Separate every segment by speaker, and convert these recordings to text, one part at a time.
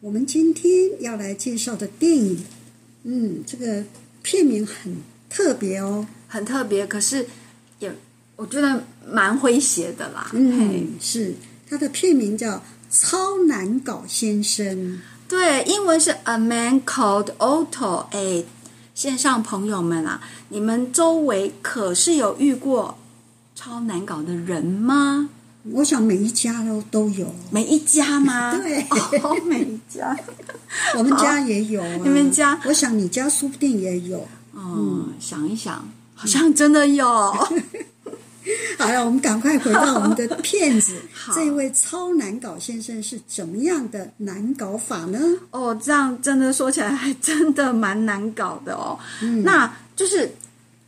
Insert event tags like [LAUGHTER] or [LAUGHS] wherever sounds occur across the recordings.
Speaker 1: 我们今天要来介绍的电影，嗯，这个片名很特别哦。
Speaker 2: 很特别，可是也我觉得蛮诙谐的啦。嘿，
Speaker 1: 嗯，是它的片名叫《超难搞先生
Speaker 2: 对，英文是 A Man Called Otto。哎，线上朋友们啊，你们周围可是有遇过超难搞的人吗？》，
Speaker 1: 我想每一家都都
Speaker 2: [LAUGHS]
Speaker 1: 有，
Speaker 2: 每一家吗？
Speaker 1: 对
Speaker 2: 哦，每一家。
Speaker 1: 我们家也有、啊，
Speaker 2: 你们家
Speaker 1: 我想你家说不定也
Speaker 2: [LAUGHS]
Speaker 1: 有。
Speaker 2: 嗯，想一想，好像真的有。
Speaker 1: 好了，我们赶快回到我们的骗子
Speaker 2: [LAUGHS] 好，
Speaker 1: 这位超难搞先生是怎么样的难搞法呢？
Speaker 2: 哦，这样真的说起来还真的蛮难搞的哦。
Speaker 1: 嗯
Speaker 2: 那就是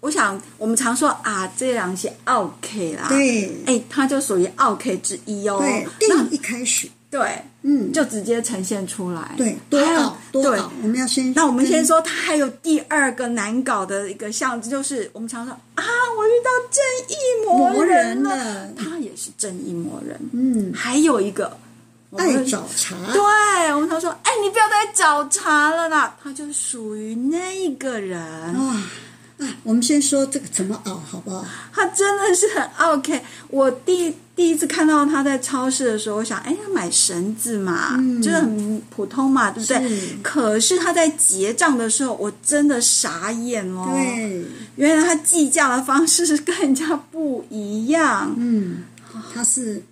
Speaker 2: 我想我们常说啊，这两些 OK 啦，
Speaker 1: 对
Speaker 2: 哎，它就属于 OK 之一哦。
Speaker 1: 对，电
Speaker 2: 那
Speaker 1: 影一开始，
Speaker 2: 对，
Speaker 1: 嗯，
Speaker 2: 就直接呈现出来。
Speaker 1: 对，多
Speaker 2: 还有
Speaker 1: 好多
Speaker 2: 对
Speaker 1: 好，我们要先，
Speaker 2: 那我们先，说，它还有第二个难搞的一个项，就是我们常说啊，我遇到正义魔人
Speaker 1: 魔人了
Speaker 2: 他也是正义魔人。
Speaker 1: 嗯，
Speaker 2: 还有一个，我们
Speaker 1: 爱
Speaker 2: 会
Speaker 1: 找茬，
Speaker 2: 对我们常说，哎，你不要再找茬了啦，他就属于那一个人，
Speaker 1: 啊啊，我们先说这个怎么熬，好不好？
Speaker 2: 他真的是很 OK。我第第一次看到他在超市的时候，我想，哎，他买绳子嘛，就是很普通嘛，对不对？
Speaker 1: 嗯是
Speaker 2: 可是他在结账的时候，我真的傻眼哦，
Speaker 1: 对，
Speaker 2: 原来他计价的方式是跟人家不一样。
Speaker 1: 嗯，它是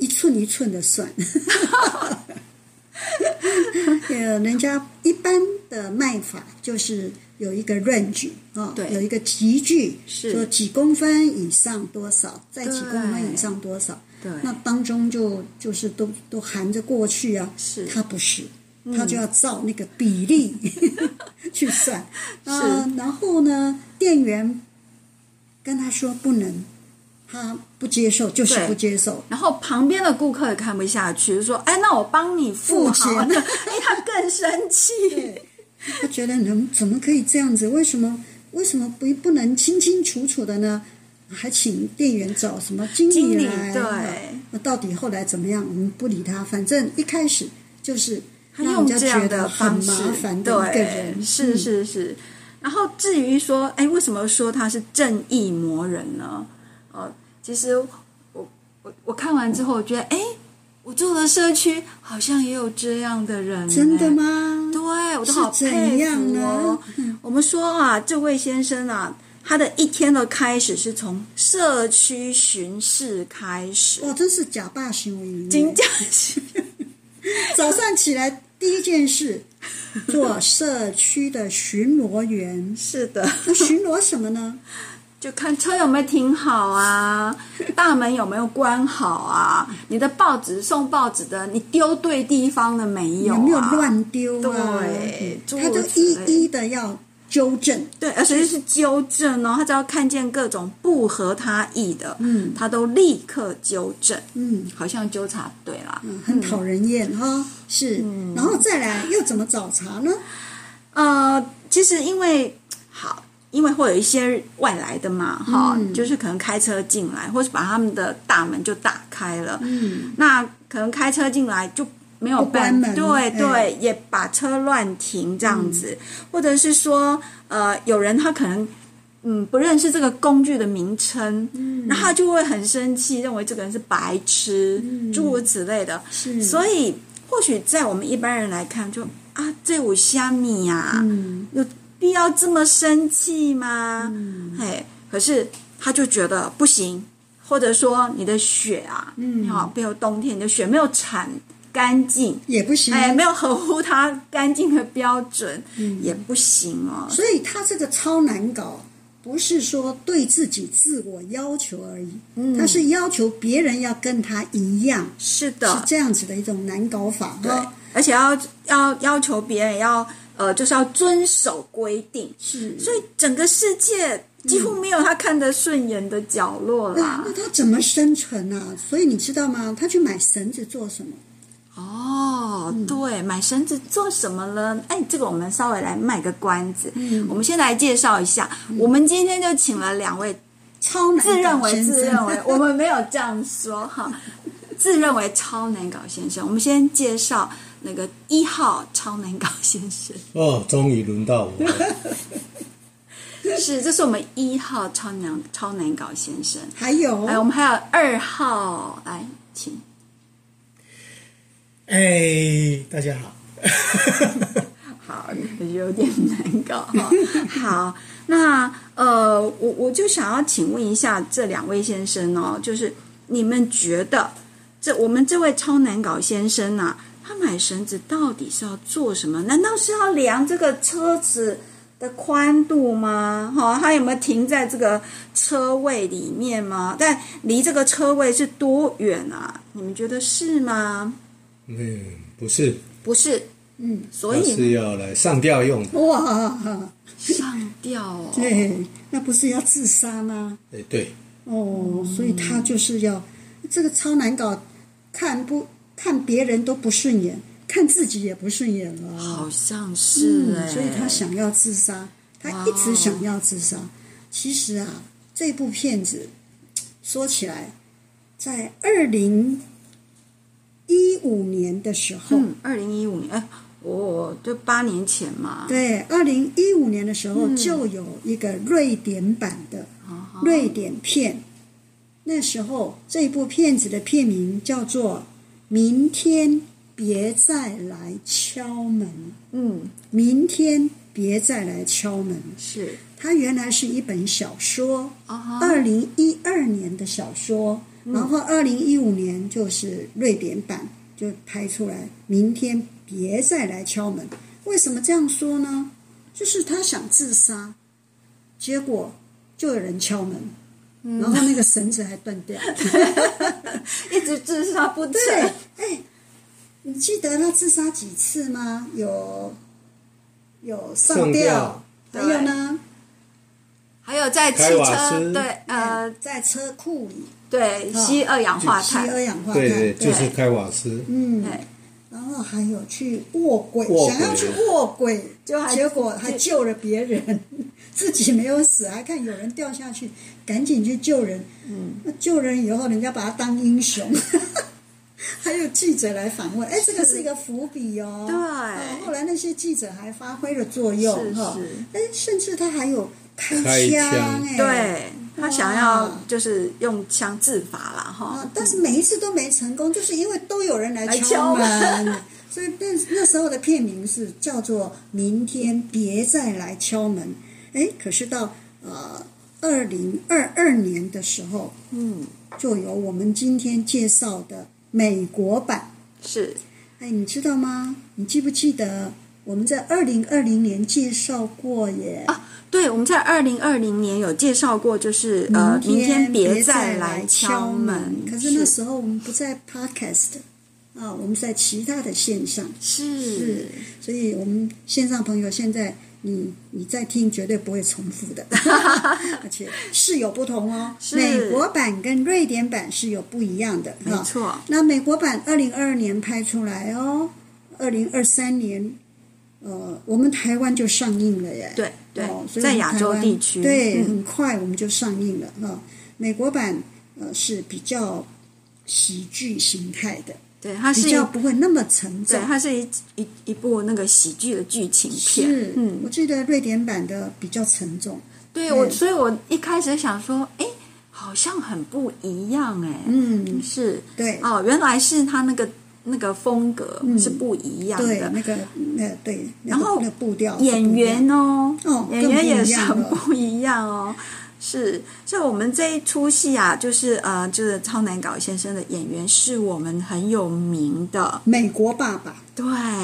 Speaker 1: 一寸一寸的算。 [LAUGHS] 呃，人家一般的卖法就是有一个 range 啊、
Speaker 2: 对
Speaker 1: 有一个集距，
Speaker 2: 是
Speaker 1: 说几公分以上多少，在
Speaker 2: 对
Speaker 1: 几公分以上多少。
Speaker 2: 对
Speaker 1: 那当中就就是都都含着过去啊，
Speaker 2: 是嗯
Speaker 1: 他不是，他就要照那个
Speaker 2: [LAUGHS]
Speaker 1: 比例、去算。啊，然后呢，店员跟他说不能，他不接受，就是
Speaker 2: 对
Speaker 1: 不接受。
Speaker 2: 然后旁边的顾客也看不下去，就说：“哎，那我帮你付好了。
Speaker 1: 付”
Speaker 2: 哎，他更生
Speaker 1: [LAUGHS]
Speaker 2: 气。
Speaker 1: 他觉得人怎么可以这样子？为什么为什么不不能清清楚楚的呢？还请店员找什么经
Speaker 2: 经
Speaker 1: 理
Speaker 2: 理
Speaker 1: 来？
Speaker 2: 嗯
Speaker 1: 啊
Speaker 2: 对
Speaker 1: 那到底后来怎么样？我们不理他，反正一开始就是
Speaker 2: 他
Speaker 1: 让
Speaker 2: 用
Speaker 1: 人家
Speaker 2: 这样
Speaker 1: 觉得很
Speaker 2: 方式
Speaker 1: 麻，烦的一个
Speaker 2: 对，
Speaker 1: 人。
Speaker 2: 是
Speaker 1: 嗯
Speaker 2: 是是。然后至于说，哎，为什么说他是正义魔人呢？呃，其实我我我看完之后，我觉得，哎，我住的社区好像也有这样的人呢，
Speaker 1: 真的吗？
Speaker 2: 对，我都
Speaker 1: 是
Speaker 2: 好
Speaker 1: 怎
Speaker 2: 佩
Speaker 1: 样
Speaker 2: 服
Speaker 1: 呢
Speaker 2: 哦。我们说啊，这位先生啊，他的一天的开始是从社区巡视开始，
Speaker 1: 哇，真是假霸行为！
Speaker 2: 金家巡。
Speaker 1: 早上起来第一件事，做社区的巡逻员
Speaker 2: 是
Speaker 1: [LAUGHS]
Speaker 2: 的，
Speaker 1: 那巡逻什么呢？
Speaker 2: 就看车有没有停好
Speaker 1: [LAUGHS]
Speaker 2: 啊，大门有没有关好啊，你的报纸送报纸的，你丢对地方了没有、啊？
Speaker 1: 有没有乱丢啊？
Speaker 2: 对诸如
Speaker 1: 他就
Speaker 2: 此类
Speaker 1: 一一的要纠正。
Speaker 2: 对，而且是纠正哦，他只要看见各种不合他意的，
Speaker 1: 嗯
Speaker 2: 他都立刻纠正，
Speaker 1: 嗯，
Speaker 2: 好像纠察队啦。
Speaker 1: 嗯很讨人厌哈。是，
Speaker 2: 嗯
Speaker 1: 然后再来又怎么找茬呢？
Speaker 2: 呃，其实因为好，因为会有一些外来的嘛，哈、
Speaker 1: 嗯
Speaker 2: 就是可能开车进来，或是把他们的大门就打开了，
Speaker 1: 嗯，
Speaker 2: 那可能开车进来就没有
Speaker 1: 不关
Speaker 2: 办，
Speaker 1: 门
Speaker 2: 对
Speaker 1: 哎嗯
Speaker 2: 对、也把车乱停这样子，或者是说，呃，有人他可能。嗯，不认识这个工具的名称，嗯，那他就会很生气，认为这个人是白痴，诸如此类的。
Speaker 1: 是，
Speaker 2: 所以或许在我们一般人来看就，啊，这有虾米呀、
Speaker 1: 嗯，
Speaker 2: 有必要这么生气吗？哎、可是他就觉得不行，或者说你的雪啊，嗯，好，比如冬天你的雪没有铲干净，
Speaker 1: 也不行。
Speaker 2: 哎，没有合乎它干净的标准，也不行哦。
Speaker 1: 所以他这个超难搞，不是说对自己自我要求而已，
Speaker 2: 嗯
Speaker 1: 他是要求别人要跟他一样，
Speaker 2: 是
Speaker 1: 是
Speaker 2: 的，
Speaker 1: 这样子的一种难搞法
Speaker 2: 对
Speaker 1: 哈。，
Speaker 2: 而且要要要求别人也要呃，就是要遵守规定。
Speaker 1: 是，
Speaker 2: 所以整个世界几乎没有他看得顺眼的角落
Speaker 1: [LAUGHS]
Speaker 2: 啦。
Speaker 1: 那他怎么生存啊？所以你知道吗？他去买绳子做什么？
Speaker 2: 哦，对，买绳子做什么呢？哎，这个我们稍微来卖个关子。
Speaker 1: 嗯
Speaker 2: 我们先来介绍一下，我们今天就请了两位
Speaker 1: 超难搞
Speaker 2: 自认为
Speaker 1: 先生
Speaker 2: 自认为，我们没有这样说哈，自认为超难搞先生。我们先介绍那个一号超难搞先生，
Speaker 3: 哦，终于轮到我了。
Speaker 2: 是，这是我们一号超难超难搞先生。
Speaker 1: 还有
Speaker 2: 来，我们还有二号，来，请。
Speaker 3: [LAUGHS] 哎，大家好。
Speaker 2: 好，有点难搞 [LAUGHS] 哈。好，那呃，我我就想要请问一下这两位先生哦，就是你们觉得这我们这位超难搞先生呐、他买绳子到底是要做什么？难道是要量这个车子的宽度吗？哈、他有没有停在这个车位里面吗？但离这个车位是多远啊？你们觉得是吗？
Speaker 3: 嗯，不是，
Speaker 2: 不是，嗯，所
Speaker 3: 他
Speaker 2: 以
Speaker 3: 是
Speaker 2: 呢
Speaker 3: 要来上吊用的。
Speaker 1: 哇，
Speaker 2: 上吊哦。
Speaker 1: 对，那不是要自杀吗？
Speaker 3: 哎，对，
Speaker 1: 哦，所以他就是要这个超难搞，看不看别人都不顺眼，看自己也不顺眼了。
Speaker 2: 好像是哎、
Speaker 1: 嗯，所以他想要自杀，他一直想要自杀。其实啊，这部片子说起来，在二零一五年的时候，
Speaker 2: 嗯，二零一五年，哎，我就八年前嘛，
Speaker 1: 对，二零一五年的时候就有一个瑞典版的
Speaker 2: 哦
Speaker 1: 瑞典片，那时候这部片子的片名叫做《明天别再来敲门》，
Speaker 2: 嗯，
Speaker 1: 明天别再来敲门。
Speaker 2: 是 [LAUGHS]
Speaker 1: 它原来是一本小说，
Speaker 2: 啊哈，嗯
Speaker 1: 二零一二年的小说，然后二零一五年就是瑞典版就拍出来。明天别再来敲门。为什么这样说呢？就是他想自杀，结果就有人敲门，
Speaker 2: 嗯
Speaker 1: 然后那个绳子还断
Speaker 2: [LAUGHS]
Speaker 1: 掉。
Speaker 2: 一直自杀不成，
Speaker 1: 对，哎，你记得他自杀几次吗？有有上
Speaker 3: 上
Speaker 1: 吊
Speaker 3: 吊，
Speaker 1: 还有呢，
Speaker 2: 还有在汽
Speaker 3: 开瓦
Speaker 2: 车，
Speaker 3: 斯
Speaker 2: 对，呃，
Speaker 1: 在车库里
Speaker 2: 对，吸啊二氧化
Speaker 1: 吸
Speaker 2: 碳，
Speaker 1: 二氧化碳，
Speaker 3: 对对，就是
Speaker 2: 对
Speaker 3: 开瓦斯。
Speaker 1: 嗯，
Speaker 2: 对，
Speaker 1: 然后还有去卧轨，
Speaker 3: 卧轨
Speaker 1: 想要去卧轨，
Speaker 2: 就还
Speaker 1: 结果还救了别人，自己没有死，还看有人掉下去，赶紧去救人。嗯，救人以后，人家把他当英雄。 [LAUGHS] 还有记者来访问，哎，这个是一个伏笔哦。
Speaker 2: 对
Speaker 1: 哦后来那些记者还发挥了作用
Speaker 2: 是
Speaker 1: 哈
Speaker 2: 是，
Speaker 1: 哎，甚至他还有开
Speaker 3: 开
Speaker 1: 枪
Speaker 3: 枪
Speaker 1: 哎，
Speaker 2: 对他想要
Speaker 1: 哇
Speaker 2: 就是用枪自罚啦，哈
Speaker 1: 啊，，但是每一次都没成功，就是因为都有人来
Speaker 2: 来
Speaker 1: 敲
Speaker 2: 敲门
Speaker 1: 门， [LAUGHS] 所以那那时候的片名是叫做“明天别再来敲门”。哎，可是到呃二零二二年的时候，
Speaker 2: 嗯，
Speaker 1: 就有我们今天介绍的美国版。
Speaker 2: 是
Speaker 1: 哎，你知道吗？你记不记得我们在二零二零年介绍过耶？
Speaker 2: 啊，对，我们在二零二零年有介绍过，就是呃，明天别再来敲门，
Speaker 1: 可是那时候我们不在 Podcast 啊，我们在其他的线上，
Speaker 2: 是
Speaker 1: 所以我们线上朋友现在你你在听绝对不会重
Speaker 2: [LAUGHS]
Speaker 1: 复的，而且是有不同哦。
Speaker 2: 是
Speaker 1: 美国版跟瑞典版是有不一样的，
Speaker 2: 没
Speaker 1: 哈
Speaker 2: 错
Speaker 1: 那美国版二零二二年拍出来哦，二零二三年。呃，我们台湾就上映了耶。
Speaker 2: 对对
Speaker 1: 哦、所以
Speaker 2: 在
Speaker 1: 我们
Speaker 2: 亚
Speaker 1: 台
Speaker 2: 洲
Speaker 1: 湾
Speaker 2: 地区
Speaker 1: 对，
Speaker 2: 嗯
Speaker 1: 很快我们就上映了啊、哦美国版呃是比较喜剧形态的，
Speaker 2: 对，它
Speaker 1: 比
Speaker 2: 是一
Speaker 1: 较不会那么沉重
Speaker 2: 对，。它是一一一部那个喜剧的剧情片。
Speaker 1: 是，
Speaker 2: 嗯，
Speaker 1: 我记得瑞典版的比较沉重，
Speaker 2: 对我，
Speaker 1: 嗯
Speaker 2: 所以我一开始想说，哎，好像很不一样哎。
Speaker 1: 嗯，
Speaker 2: 是
Speaker 1: 对，
Speaker 2: 哦，原来是他那个那个风格是不一样
Speaker 1: 嗯对，
Speaker 2: 的。
Speaker 1: 那个，那对，那
Speaker 2: 然
Speaker 1: 个
Speaker 2: 后
Speaker 1: 那步调是不一样，
Speaker 2: 演员哦，
Speaker 1: 哦
Speaker 2: 演员也是
Speaker 1: 更
Speaker 2: 很
Speaker 1: 不
Speaker 2: 不一样哦。是，所以我们这一出戏啊，就是呃，就是超难搞先生的演员是我们很有名的，
Speaker 1: 美国爸爸，
Speaker 2: 对， [LAUGHS]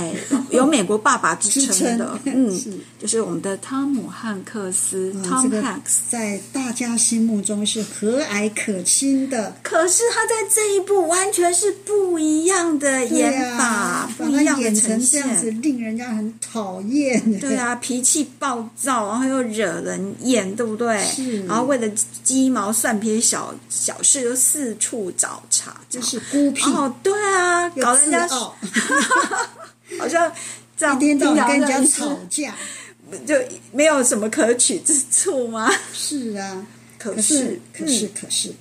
Speaker 2: 有美国爸爸之
Speaker 1: 支
Speaker 2: 称
Speaker 1: 撑
Speaker 2: 的，嗯
Speaker 1: 是， [LAUGHS]
Speaker 2: 就是我们的汤姆汉克斯
Speaker 1: 啊
Speaker 2: （Tom
Speaker 1: 这个
Speaker 2: Hanks）。
Speaker 1: 在大家心目中是和蔼可亲的
Speaker 2: 可是他在这一部完全是不一样的
Speaker 1: 对
Speaker 2: 演法，
Speaker 1: 啊
Speaker 2: 不
Speaker 1: 把
Speaker 2: 一样的
Speaker 1: 他演
Speaker 2: 呈
Speaker 1: 成这样子，
Speaker 2: 现。
Speaker 1: 令人家很讨厌。
Speaker 2: [LAUGHS] 对，啊，脾气暴躁，然后又惹人厌，对不对？
Speaker 1: 是
Speaker 2: 然后为了鸡毛蒜皮小小事就四处找茬，
Speaker 1: 就
Speaker 2: 这
Speaker 1: 是孤僻，
Speaker 2: 哦，对啊，
Speaker 1: 又
Speaker 2: 搞人
Speaker 1: 自
Speaker 2: 家
Speaker 1: 傲，
Speaker 2: [LAUGHS] 好像这样
Speaker 1: 一天到晚跟人家
Speaker 2: 平常
Speaker 1: 吵
Speaker 2: 人
Speaker 1: 架。
Speaker 2: 是，就没有什么可取之处吗？
Speaker 1: 是啊，
Speaker 2: [LAUGHS] 可
Speaker 1: 可是可是
Speaker 2: 嗯
Speaker 1: 可是，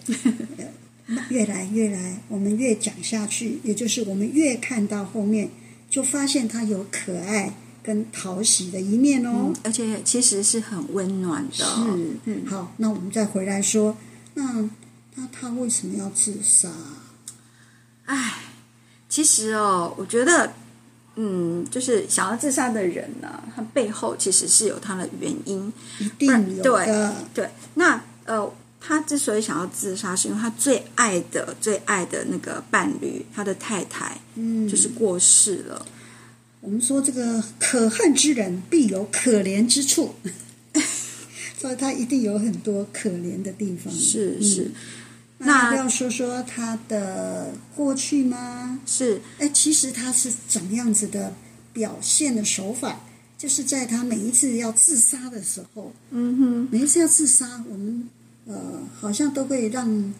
Speaker 1: 呃那越来越来，我们越讲下去，也就是我们越看到后面，就发现他有可爱跟讨喜的一面哦。
Speaker 2: 嗯，而且其实是很温暖的。
Speaker 1: 是，
Speaker 2: 嗯，
Speaker 1: 好，那我们再回来说，那那他为什么要自杀？
Speaker 2: 唉，其实哦，我觉得，嗯，就是想要自杀的人呢、他背后其实是有他的原因。
Speaker 1: 一
Speaker 2: 不然
Speaker 1: 定有
Speaker 2: 对
Speaker 1: 的，
Speaker 2: 对，那呃，他之所以想要自杀，是因为他最爱的、最爱的那个伴侣，他的太太，
Speaker 1: 嗯，
Speaker 2: 就是过世了。
Speaker 1: 我们说这个可恨之人必有可怜之处， [LAUGHS] 所以他一定有很多可怜的地方。
Speaker 2: 是
Speaker 1: 嗯
Speaker 2: 是
Speaker 1: 那
Speaker 2: 那
Speaker 1: 要不要说说他的过去吗？
Speaker 2: 是，
Speaker 1: 哎，其实他是怎么样子的表现的手法？就是在他每一次要自杀的时候，
Speaker 2: 嗯哼，
Speaker 1: 每一次要自杀，我们呃好像都会让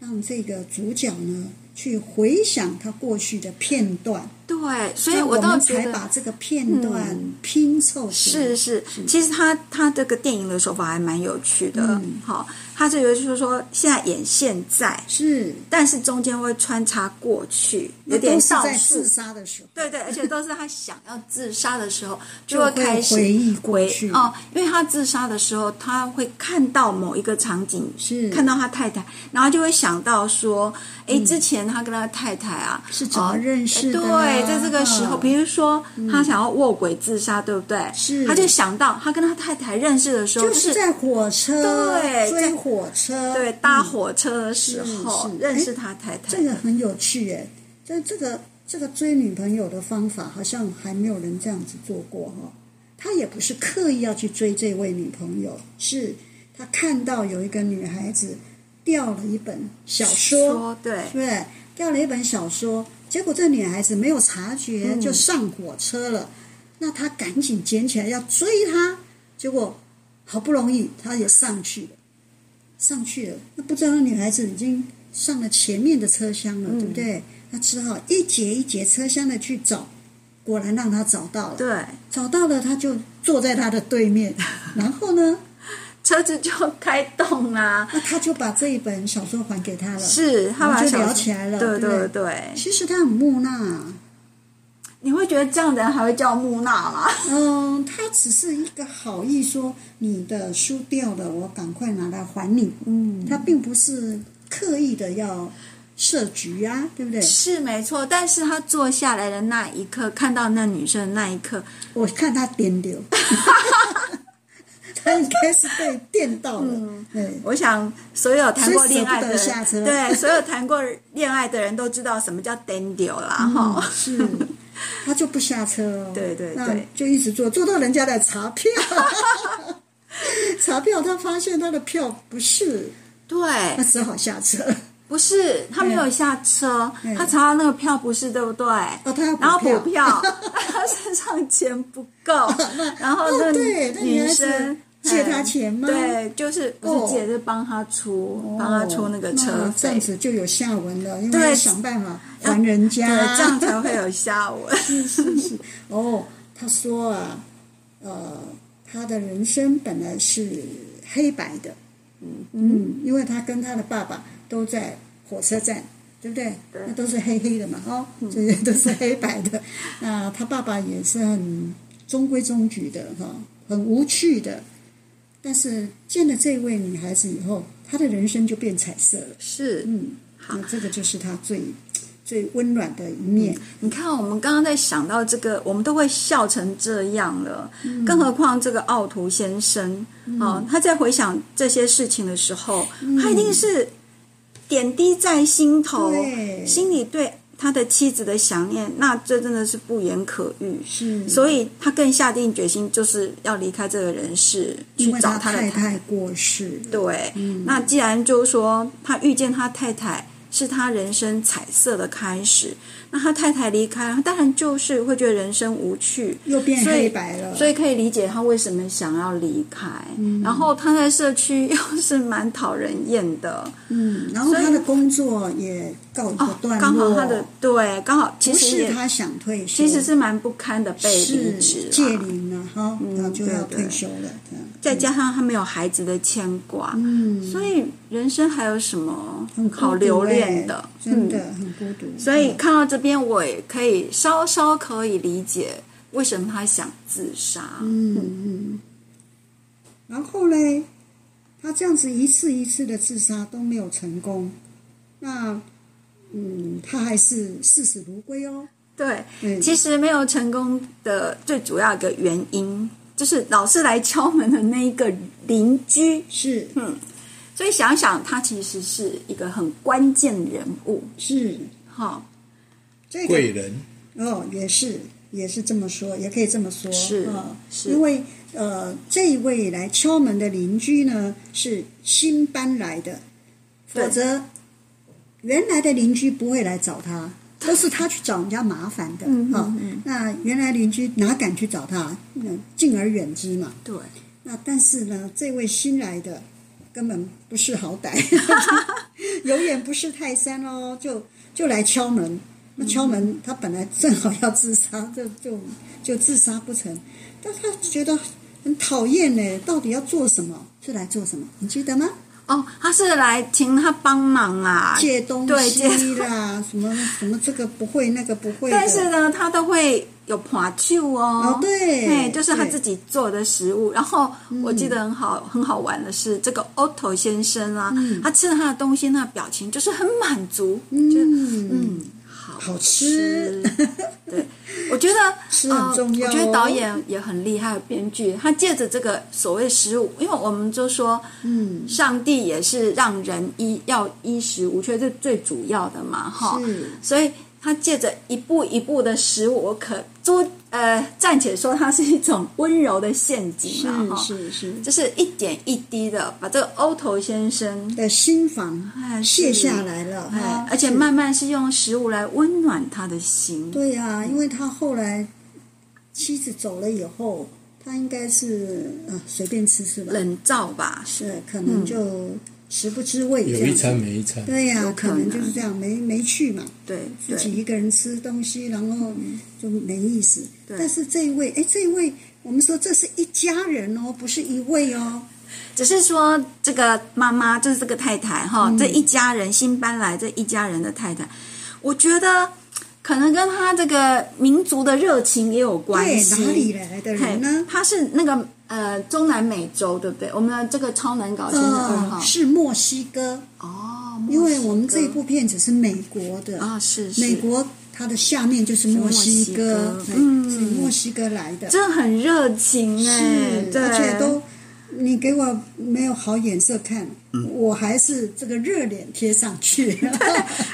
Speaker 1: 让这个主角呢去回想他过去的片段，
Speaker 2: 对，所以
Speaker 1: 那我
Speaker 2: 倒
Speaker 1: 们
Speaker 2: 觉
Speaker 1: 才
Speaker 2: 得
Speaker 1: 把这个片段
Speaker 2: 嗯
Speaker 1: 拼凑起来。
Speaker 2: 是是，其实他他这个电影的手法还蛮有趣的。
Speaker 1: 嗯
Speaker 2: 好，他这个就是说现在演现在，
Speaker 1: 是，
Speaker 2: 但是中间会穿插过去，有
Speaker 1: 那都
Speaker 2: 点
Speaker 1: 是
Speaker 2: 倒
Speaker 1: 在
Speaker 2: 数
Speaker 1: 自。杀的时候。
Speaker 2: 对对，而且都是他想要自杀的时候，
Speaker 1: 就
Speaker 2: 就会
Speaker 1: 会
Speaker 2: 开始
Speaker 1: 回忆过
Speaker 2: 回
Speaker 1: 去
Speaker 2: 哦，因为他自杀的时候，他会看到某一个场景，
Speaker 1: 是
Speaker 2: 看到他太太，然后就会想到说，哎，
Speaker 1: 嗯
Speaker 2: 之前他跟他太太啊
Speaker 1: 是怎么认识的
Speaker 2: 哦对，在这个时候，
Speaker 1: 嗯
Speaker 2: 比如说他想要卧轨自杀，对不对？
Speaker 1: 是
Speaker 2: 他就想到他跟他太太认识的时候，
Speaker 1: 就
Speaker 2: 就是
Speaker 1: 在火车
Speaker 2: 对
Speaker 1: 追
Speaker 2: 在
Speaker 1: 火车，
Speaker 2: 对搭火车的时候
Speaker 1: 是是
Speaker 2: 认识
Speaker 1: 诶
Speaker 2: 他太太，
Speaker 1: 这个很有趣耶。这这个这个追女朋友的方法，好像还没有人这样子做过哈、他也不是刻意要去追这位女朋友，是他看到有一个女孩子掉了一本小说，
Speaker 2: 说对
Speaker 1: 对，掉了一本小说，结果这女孩子没有察
Speaker 2: 嗯
Speaker 1: 觉就上火车了，那他赶紧捡起来要追她，结果好不容易他也上去了，上去了，那不知道那女孩子已经上了前面的车厢
Speaker 2: 嗯
Speaker 1: 了，对不对？他只好一节一节车厢的去找，果然让他找到了，
Speaker 2: 对，
Speaker 1: 找到了他就坐在他的对
Speaker 2: [LAUGHS]
Speaker 1: 面，然后呢，
Speaker 2: 车子就开动啦、
Speaker 1: 那他就把这一本小说还给他了。
Speaker 2: 是他把
Speaker 1: 嗯然后就
Speaker 2: 小
Speaker 1: 聊
Speaker 2: 说
Speaker 1: 起来了
Speaker 2: 对
Speaker 1: 对不
Speaker 2: 对
Speaker 1: 对
Speaker 2: 对，
Speaker 1: 其实他很木讷、啊。
Speaker 2: 你会觉得这样的人还会叫木讷吗？
Speaker 1: 嗯，他只是一个好意说你的书掉了，我赶快拿来还你。嗯，他并不是刻意的要设局啊，对不对？
Speaker 2: 是没错，但是他坐下来的那一刻，看到那女生的那一刻，
Speaker 1: 我看他
Speaker 2: [LAUGHS]
Speaker 1: 电流，他应该是被电到了。
Speaker 2: 嗯
Speaker 1: 对，
Speaker 2: 我想所有谈过恋爱的人，
Speaker 1: 所以舍不得下车
Speaker 2: 对所有谈过恋爱的人都知道什么叫 dandio 啦，哈、
Speaker 1: 嗯是，他就不下车
Speaker 2: [LAUGHS]
Speaker 1: 哦。
Speaker 2: 对对
Speaker 1: 那
Speaker 2: 对
Speaker 1: 就一直坐，坐到人家来查票。 [LAUGHS] 查票，他发现他的票不是，他
Speaker 2: [LAUGHS] 对，
Speaker 1: 只好下车。
Speaker 2: 不是他没有下车，
Speaker 1: 对
Speaker 2: 他查到那个票不是，对不对？
Speaker 1: 哦，他要
Speaker 2: 然后补
Speaker 1: 补
Speaker 2: 票，
Speaker 1: [LAUGHS]
Speaker 2: 他身上钱不够，然后
Speaker 1: 哦
Speaker 2: 那
Speaker 1: 对那女
Speaker 2: 女
Speaker 1: 孩子
Speaker 2: 生
Speaker 1: 借
Speaker 2: 嗯
Speaker 1: 他钱吗
Speaker 2: 对，就是不
Speaker 1: 哦
Speaker 2: 是借，是帮他出，帮他出那个车
Speaker 1: 那
Speaker 2: 费
Speaker 1: 这样，子就啊有下文了，因为
Speaker 2: 对
Speaker 1: 要想办法还人家，
Speaker 2: 对，这样才会有下文。
Speaker 1: 是 [LAUGHS] 是哦，他说啊，呃，他的人生本来是黑白的，嗯嗯，因为他跟他的爸爸都在火车站，对不对？
Speaker 2: 对
Speaker 1: 那都是黑黑的嘛，哦，这些都是黑白的。 [LAUGHS] 那他爸爸也是很中规中矩的哈、很无趣的。但是见了这位女孩子以后，他的人生就变彩色了。
Speaker 2: 是，
Speaker 1: 嗯，
Speaker 2: 好
Speaker 1: 那这个就是他最最温暖的一面。
Speaker 2: 你看，我们刚刚在想到这个，我们都会笑成这样了，
Speaker 1: 嗯
Speaker 2: 更何况这个奥图先生哦，他在回想这些事情
Speaker 1: 嗯
Speaker 2: 的时候，他一定是点滴在心头，
Speaker 1: 对
Speaker 2: 心里对他的妻子的想念，那这真的是不言可喻。
Speaker 1: 是
Speaker 2: 所以他更下定决心，就是要离开这个人世，去
Speaker 1: 因为
Speaker 2: 找
Speaker 1: 他
Speaker 2: 的
Speaker 1: 太太过世了，
Speaker 2: 对，
Speaker 1: 嗯
Speaker 2: 那既然就是说他遇见他太太是他人生彩色的开始，那他太太离开，他当然就是会觉得人生无趣，
Speaker 1: 又变
Speaker 2: 所以
Speaker 1: 黑白了，
Speaker 2: 所以可以理解他为什么想要离开。
Speaker 1: 嗯
Speaker 2: 然后他在社区又是蛮讨人厌的，
Speaker 1: 嗯，然后
Speaker 2: 所以
Speaker 1: 他的工作也告一个
Speaker 2: 哦，
Speaker 1: 段落，
Speaker 2: 刚好他的对，刚好其
Speaker 1: 不
Speaker 2: 实
Speaker 1: 是
Speaker 2: 也
Speaker 1: 他想退休，
Speaker 2: 其实是蛮不堪的被离职
Speaker 1: 是
Speaker 2: 啊
Speaker 1: 戒
Speaker 2: 啦，
Speaker 1: 龄了哈，
Speaker 2: 嗯
Speaker 1: 然后就要
Speaker 2: 对对
Speaker 1: 退休了，嗯这样
Speaker 2: 再加上他没有孩子的牵挂，
Speaker 1: 嗯，
Speaker 2: 所以人生还有什么
Speaker 1: 很孤独
Speaker 2: 好留恋
Speaker 1: 欸
Speaker 2: 的？
Speaker 1: 真的
Speaker 2: 嗯
Speaker 1: 很孤独，
Speaker 2: 所以看到这边，我也可以稍稍可以理解为什么他想自杀。
Speaker 1: 嗯嗯，然后嘞，他这样子一次一次的自杀都没有成功，那嗯，他还是视死如归哦，
Speaker 2: 对，
Speaker 1: 嗯，
Speaker 2: 其
Speaker 1: 实
Speaker 2: 实没有成功的最主要一个原因，就是老是来敲门的那一个邻居。嗯
Speaker 1: 是
Speaker 2: 所以想想，他其实是一个很关键人物。
Speaker 1: 是哦
Speaker 2: 哈、
Speaker 1: 这个
Speaker 3: 贵人
Speaker 1: 哦，也是也是这么说，也可以这么说，
Speaker 2: 是
Speaker 1: 哦
Speaker 2: 是
Speaker 1: 因为呃，这一位来敲门的邻居呢是新搬来的，
Speaker 2: 对
Speaker 1: 否则原来的邻居不会来找他，都是他去找人家麻烦的
Speaker 2: 嗯嗯
Speaker 1: 哈、那原来邻居哪敢去找他？嗯，敬而远之嘛。
Speaker 2: 对，
Speaker 1: 那但是呢，这位新来的根本不是好歹， [LAUGHS] 有眼不识泰山哦，就就来敲门。那敲
Speaker 2: 嗯
Speaker 1: 门，他本来正好要自杀，就就就自杀不成，但他觉得很讨厌呢。到底要做什么？是来做什么？你记得吗？
Speaker 2: 哦，他是来请他帮忙啊。
Speaker 1: 借东
Speaker 2: 对借
Speaker 1: 西啦，什么什么这个不会那个不会的，
Speaker 2: 但是呢，他都会有爬球哦，
Speaker 1: 哦对
Speaker 2: 嘿就是他
Speaker 1: 对
Speaker 2: 自己做的食物。然后我记得很好、很好玩的是，这个 Otto 先生啊，
Speaker 1: 嗯
Speaker 2: 他吃了他的东西，那表情就是很满足，就嗯，好
Speaker 1: 好吃
Speaker 2: 吃 [LAUGHS] 对，我觉得
Speaker 1: 吃很重要哦
Speaker 2: 呃。我觉得导演也很厉害，编剧他借着这个所谓食物，因为我们就说，嗯，上帝也是让人衣要衣食无缺，这最主要的嘛，哈。
Speaker 1: 是
Speaker 2: 所以他借着一步一步的食物，我可做呃，暂且说它是一种温柔的陷阱啊，哈，
Speaker 1: 是是是
Speaker 2: 就是一点一滴的把这个欧头先生。
Speaker 1: 的心房
Speaker 2: 哎是
Speaker 1: 卸下来了，
Speaker 2: 哎
Speaker 1: 哈，
Speaker 2: 而且
Speaker 1: 啊是
Speaker 2: 慢慢是用食物来温暖他的心。
Speaker 1: 对呀、因为他后来妻子走了以后，他应该是呃随便吃吃吧，
Speaker 2: 冷灶吧，是
Speaker 1: 是可能就食不知味这
Speaker 3: 有
Speaker 1: 样
Speaker 3: 一
Speaker 1: 子
Speaker 3: 餐没一餐，
Speaker 1: 对呀、
Speaker 2: 有可
Speaker 1: 可
Speaker 2: 能
Speaker 1: 能就是这样，没没去嘛，
Speaker 2: 对
Speaker 1: 自己
Speaker 2: 对嗯
Speaker 1: 一个人吃东西，然后就没意思。
Speaker 2: 对
Speaker 1: 但是这一位，哎，这一位，我们说这是一家人哦，不是一位哦，
Speaker 2: 只是说这个妈妈就是这个太太哈，
Speaker 1: 嗯
Speaker 2: 这一家人新搬来这一家人的太太，我觉得可能跟她这个民族的热情也有关
Speaker 1: 对，
Speaker 2: 系。
Speaker 1: 哪里来的人呢
Speaker 2: 嘿？他是那个呃中南美洲对不对？我们的这个超难搞先生二
Speaker 1: 呃
Speaker 2: 号，
Speaker 1: 是墨西哥，
Speaker 2: 哦，
Speaker 1: 因为我们
Speaker 2: 墨西
Speaker 1: 这
Speaker 2: 哥
Speaker 1: 一部片子是美国的
Speaker 2: 啊是是
Speaker 1: 美国它的下面就是墨西
Speaker 2: 墨西
Speaker 1: 哥
Speaker 2: 哥，
Speaker 1: 对
Speaker 2: 嗯
Speaker 1: 是墨西哥来的，
Speaker 2: 真的很热情哎、
Speaker 1: 是，
Speaker 2: 对，
Speaker 1: 而且都你给我没有好眼色看，我还是这个热脸贴上去，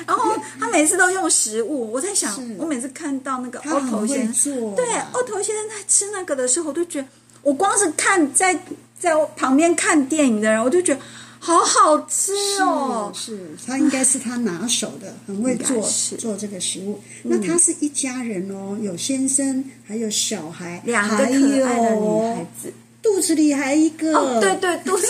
Speaker 2: 然后他每次都用食物，我在想
Speaker 1: 是，
Speaker 2: 我每次看到那个
Speaker 1: 他
Speaker 2: 欧
Speaker 1: 很
Speaker 2: 头先
Speaker 1: 会做
Speaker 2: 生，对，欧头先生在吃那个的时候，我就觉得，我光是看在在我旁边看电影的人，我就觉得好好吃哦，
Speaker 1: [LAUGHS] 是是，他应该是他拿手
Speaker 2: [LAUGHS]
Speaker 1: 的，很会
Speaker 2: 应
Speaker 1: 做
Speaker 2: 该是嗯
Speaker 1: 做这个食物。那他是一家人哦，有先生，还有小孩，
Speaker 2: 两个可
Speaker 1: 还
Speaker 2: 爱的女孩
Speaker 1: 有
Speaker 2: 子，
Speaker 1: 肚子里还一个，
Speaker 2: 哦，对对，都是。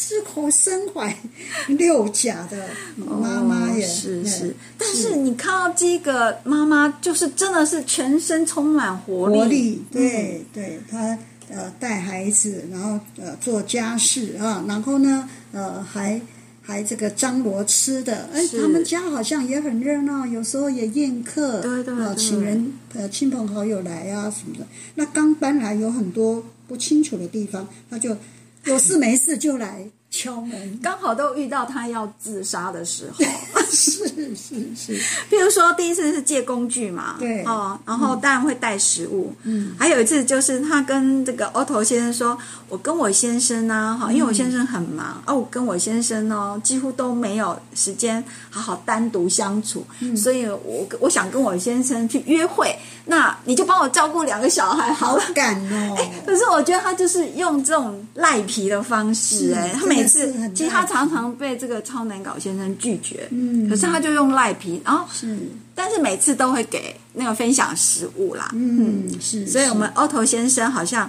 Speaker 1: 是口身怀 [LAUGHS] 六甲的 [LAUGHS] 妈妈耶，
Speaker 2: 哦是
Speaker 1: 对
Speaker 2: 是，但是你看到这个妈妈，就是真的是全身充满活力，嗯
Speaker 1: 活力，对、对，她呃带孩子，然后呃做家事啊，然后呢呃还还这个张罗吃的，哎，
Speaker 2: 是
Speaker 1: 他们家好像也很热闹，有时候也宴客，
Speaker 2: 对对
Speaker 1: 啊
Speaker 2: 对
Speaker 1: 请人呃亲朋好友来啊什么的。那刚搬来有很多不清楚的地方，他就有事没事就来敲
Speaker 2: [LAUGHS]
Speaker 1: 门，
Speaker 2: 刚好都遇到他要自杀的时候。
Speaker 1: 是是是，
Speaker 2: 譬如说，第一次是借工具嘛，
Speaker 1: 对嗯
Speaker 2: 哦，然后当然会带食物，嗯，还有一次就是他跟这个 Otto 先生说，我跟我先生啊，
Speaker 1: 嗯
Speaker 2: 哈，因为我先生很忙，哦，我跟我先生哦，几乎都没有时间好好单独相处，
Speaker 1: 嗯
Speaker 2: 所以我我想跟我先生去约会，那你就帮我照顾两个小孩好
Speaker 1: 好
Speaker 2: 了。
Speaker 1: 感哦，
Speaker 2: [LAUGHS] 可是我觉得他就是用这种赖皮的方式、
Speaker 1: 是
Speaker 2: 哎，他
Speaker 1: 真的
Speaker 2: 每
Speaker 1: 是
Speaker 2: 次
Speaker 1: 很
Speaker 2: 其实他
Speaker 1: 赖皮
Speaker 2: 常常被这个超难搞先生拒绝，
Speaker 1: 嗯
Speaker 2: 可是他就用赖皮，然后
Speaker 1: 是，
Speaker 2: 但是每次都会给那个分享食物啦，
Speaker 1: 嗯是，
Speaker 2: 所以我们 Otto 先生好像，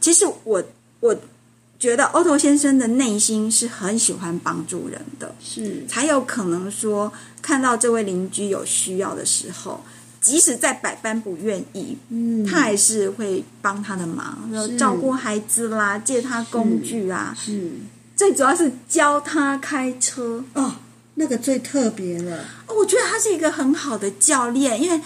Speaker 2: 其实我我觉得 Otto 先生的内心是很喜欢帮助人的，
Speaker 1: 是
Speaker 2: 才有可能说看到这位邻居有需要的时候，即使在百般不愿意，
Speaker 1: 嗯，
Speaker 2: 他还是会帮他的忙，然后
Speaker 1: 是
Speaker 2: 照顾孩子啦，借他工具啊，
Speaker 1: 是
Speaker 2: 最主要是教他开车。
Speaker 1: 哦，那个最特别了，
Speaker 2: 哦我觉得他是一个很好的教练，因为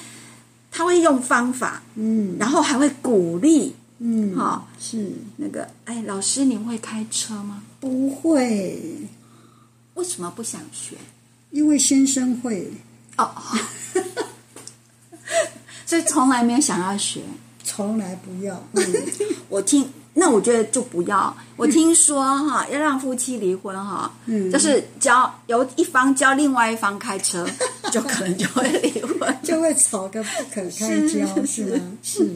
Speaker 2: 他会用方法，
Speaker 1: 嗯
Speaker 2: 然后还会鼓励。
Speaker 1: 嗯，
Speaker 2: 好、
Speaker 1: 是
Speaker 2: 那个，哎，老师，你会开车吗？
Speaker 1: 不会，
Speaker 2: 为什么不想学？
Speaker 1: 因为先生会，
Speaker 2: 哦， [LAUGHS] 所以从来没有想要学。
Speaker 1: 从来不要，
Speaker 2: [LAUGHS]
Speaker 1: 嗯
Speaker 2: 我听，那我觉得就不要。我听说哈，要让夫妻离婚哈，
Speaker 1: 嗯
Speaker 2: 就是教由一方教另外一方开车， [LAUGHS] 就可能就会离婚。
Speaker 1: 就会吵个不可开交，
Speaker 2: 是
Speaker 1: 是吗？是，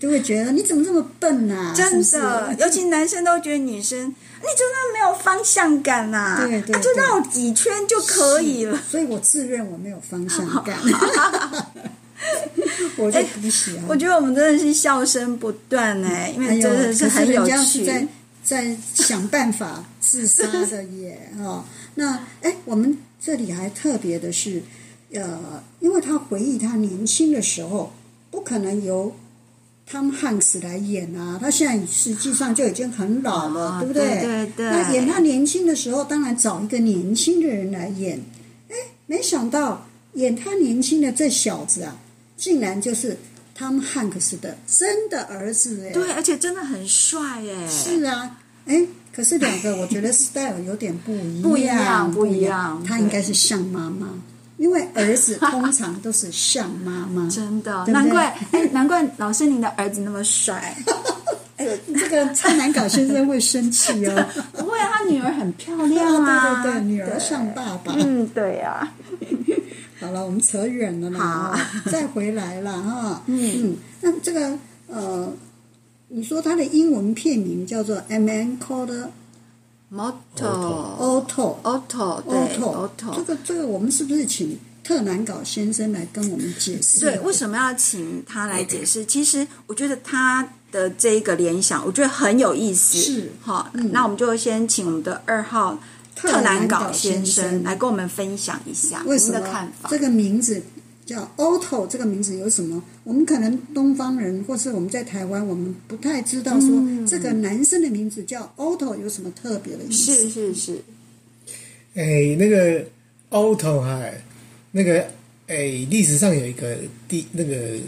Speaker 1: 就会觉得你怎么这么笨呐？
Speaker 2: [LAUGHS] 真
Speaker 1: 是
Speaker 2: 的，
Speaker 1: 不是
Speaker 2: 尤其男生都觉得女生，你真的没有方向感呐、啊，
Speaker 1: 对对
Speaker 2: 啊就
Speaker 1: 对
Speaker 2: 绕几圈就可以了。
Speaker 1: 所以我自认我没有方向
Speaker 2: [LAUGHS]
Speaker 1: 感， [LAUGHS] 我
Speaker 2: 哎
Speaker 1: 就不喜欢。
Speaker 2: 我觉得我们真的是笑声不断哎、因
Speaker 1: 哎
Speaker 2: 为
Speaker 1: 呦
Speaker 2: 真的
Speaker 1: 可
Speaker 2: 很有
Speaker 1: 人家是
Speaker 2: 趣。
Speaker 1: 在在想办法自杀的耶 [LAUGHS] 哦。那哎，我们这里还特别的是，呃，因为他回忆他年轻的时候，不可能由。汤汉斯来演啊，他现在实际上就已经很老了，
Speaker 2: 啊
Speaker 1: 对不对？
Speaker 2: 对对对
Speaker 1: 那演他年轻的时候，当然找一个年轻的人来演。哎，没想到演他年轻的这小子啊，竟然就是汤汉克斯的真的儿子哎。
Speaker 2: 对，而且真的很帅哎、
Speaker 1: 是啊，哎，可是两个我觉得 style 有点不一
Speaker 2: 嗯
Speaker 1: 样，
Speaker 2: 不一样
Speaker 1: 不
Speaker 2: 不一样
Speaker 1: 他
Speaker 2: 对。
Speaker 1: 应该是像妈妈，因为儿子通常都是像妈妈
Speaker 2: 真的，
Speaker 1: 对不对
Speaker 2: 难怪哎，难怪老师您的儿子那么帅。
Speaker 1: 哎呦，这个超难搞先生会生气哦。
Speaker 2: [LAUGHS] 不会，啊他女儿很漂亮啊。
Speaker 1: 对对对，女儿像爸爸。
Speaker 2: 嗯，对呀、
Speaker 1: 好了，我们扯远了啦，
Speaker 2: 好
Speaker 1: 再回来了哈。嗯那这个呃，你说他的英文片名叫做《A Man Called
Speaker 2: Motto
Speaker 1: Otto》。
Speaker 2: Otto 对
Speaker 1: Otto，这
Speaker 2: Otto
Speaker 1: 个这个，我们是不是请特南搞先生来跟我们解释？
Speaker 2: 对，为什么要请他来解释？其实我觉得他的这一个联想，我觉得很有意思。
Speaker 1: 是
Speaker 2: 好，
Speaker 1: 嗯
Speaker 2: 那我们就先请我们的二号
Speaker 1: 特
Speaker 2: 南
Speaker 1: 南
Speaker 2: 港
Speaker 1: 搞
Speaker 2: 先
Speaker 1: 生
Speaker 2: 来跟我们分享一下
Speaker 1: 为
Speaker 2: 您
Speaker 1: 什
Speaker 2: 的
Speaker 1: 么
Speaker 2: 看法
Speaker 1: 这。个名字叫 Otto？这个名字有什么？我们可能东方人，或是我们在台湾，我们不太知道说
Speaker 2: 嗯
Speaker 1: 这个男生的名字叫 Otto 有什么特别的意思？
Speaker 2: 是是是，
Speaker 3: 哎、那个 Auto 哈，那个哎，历、史上有一个帝，那个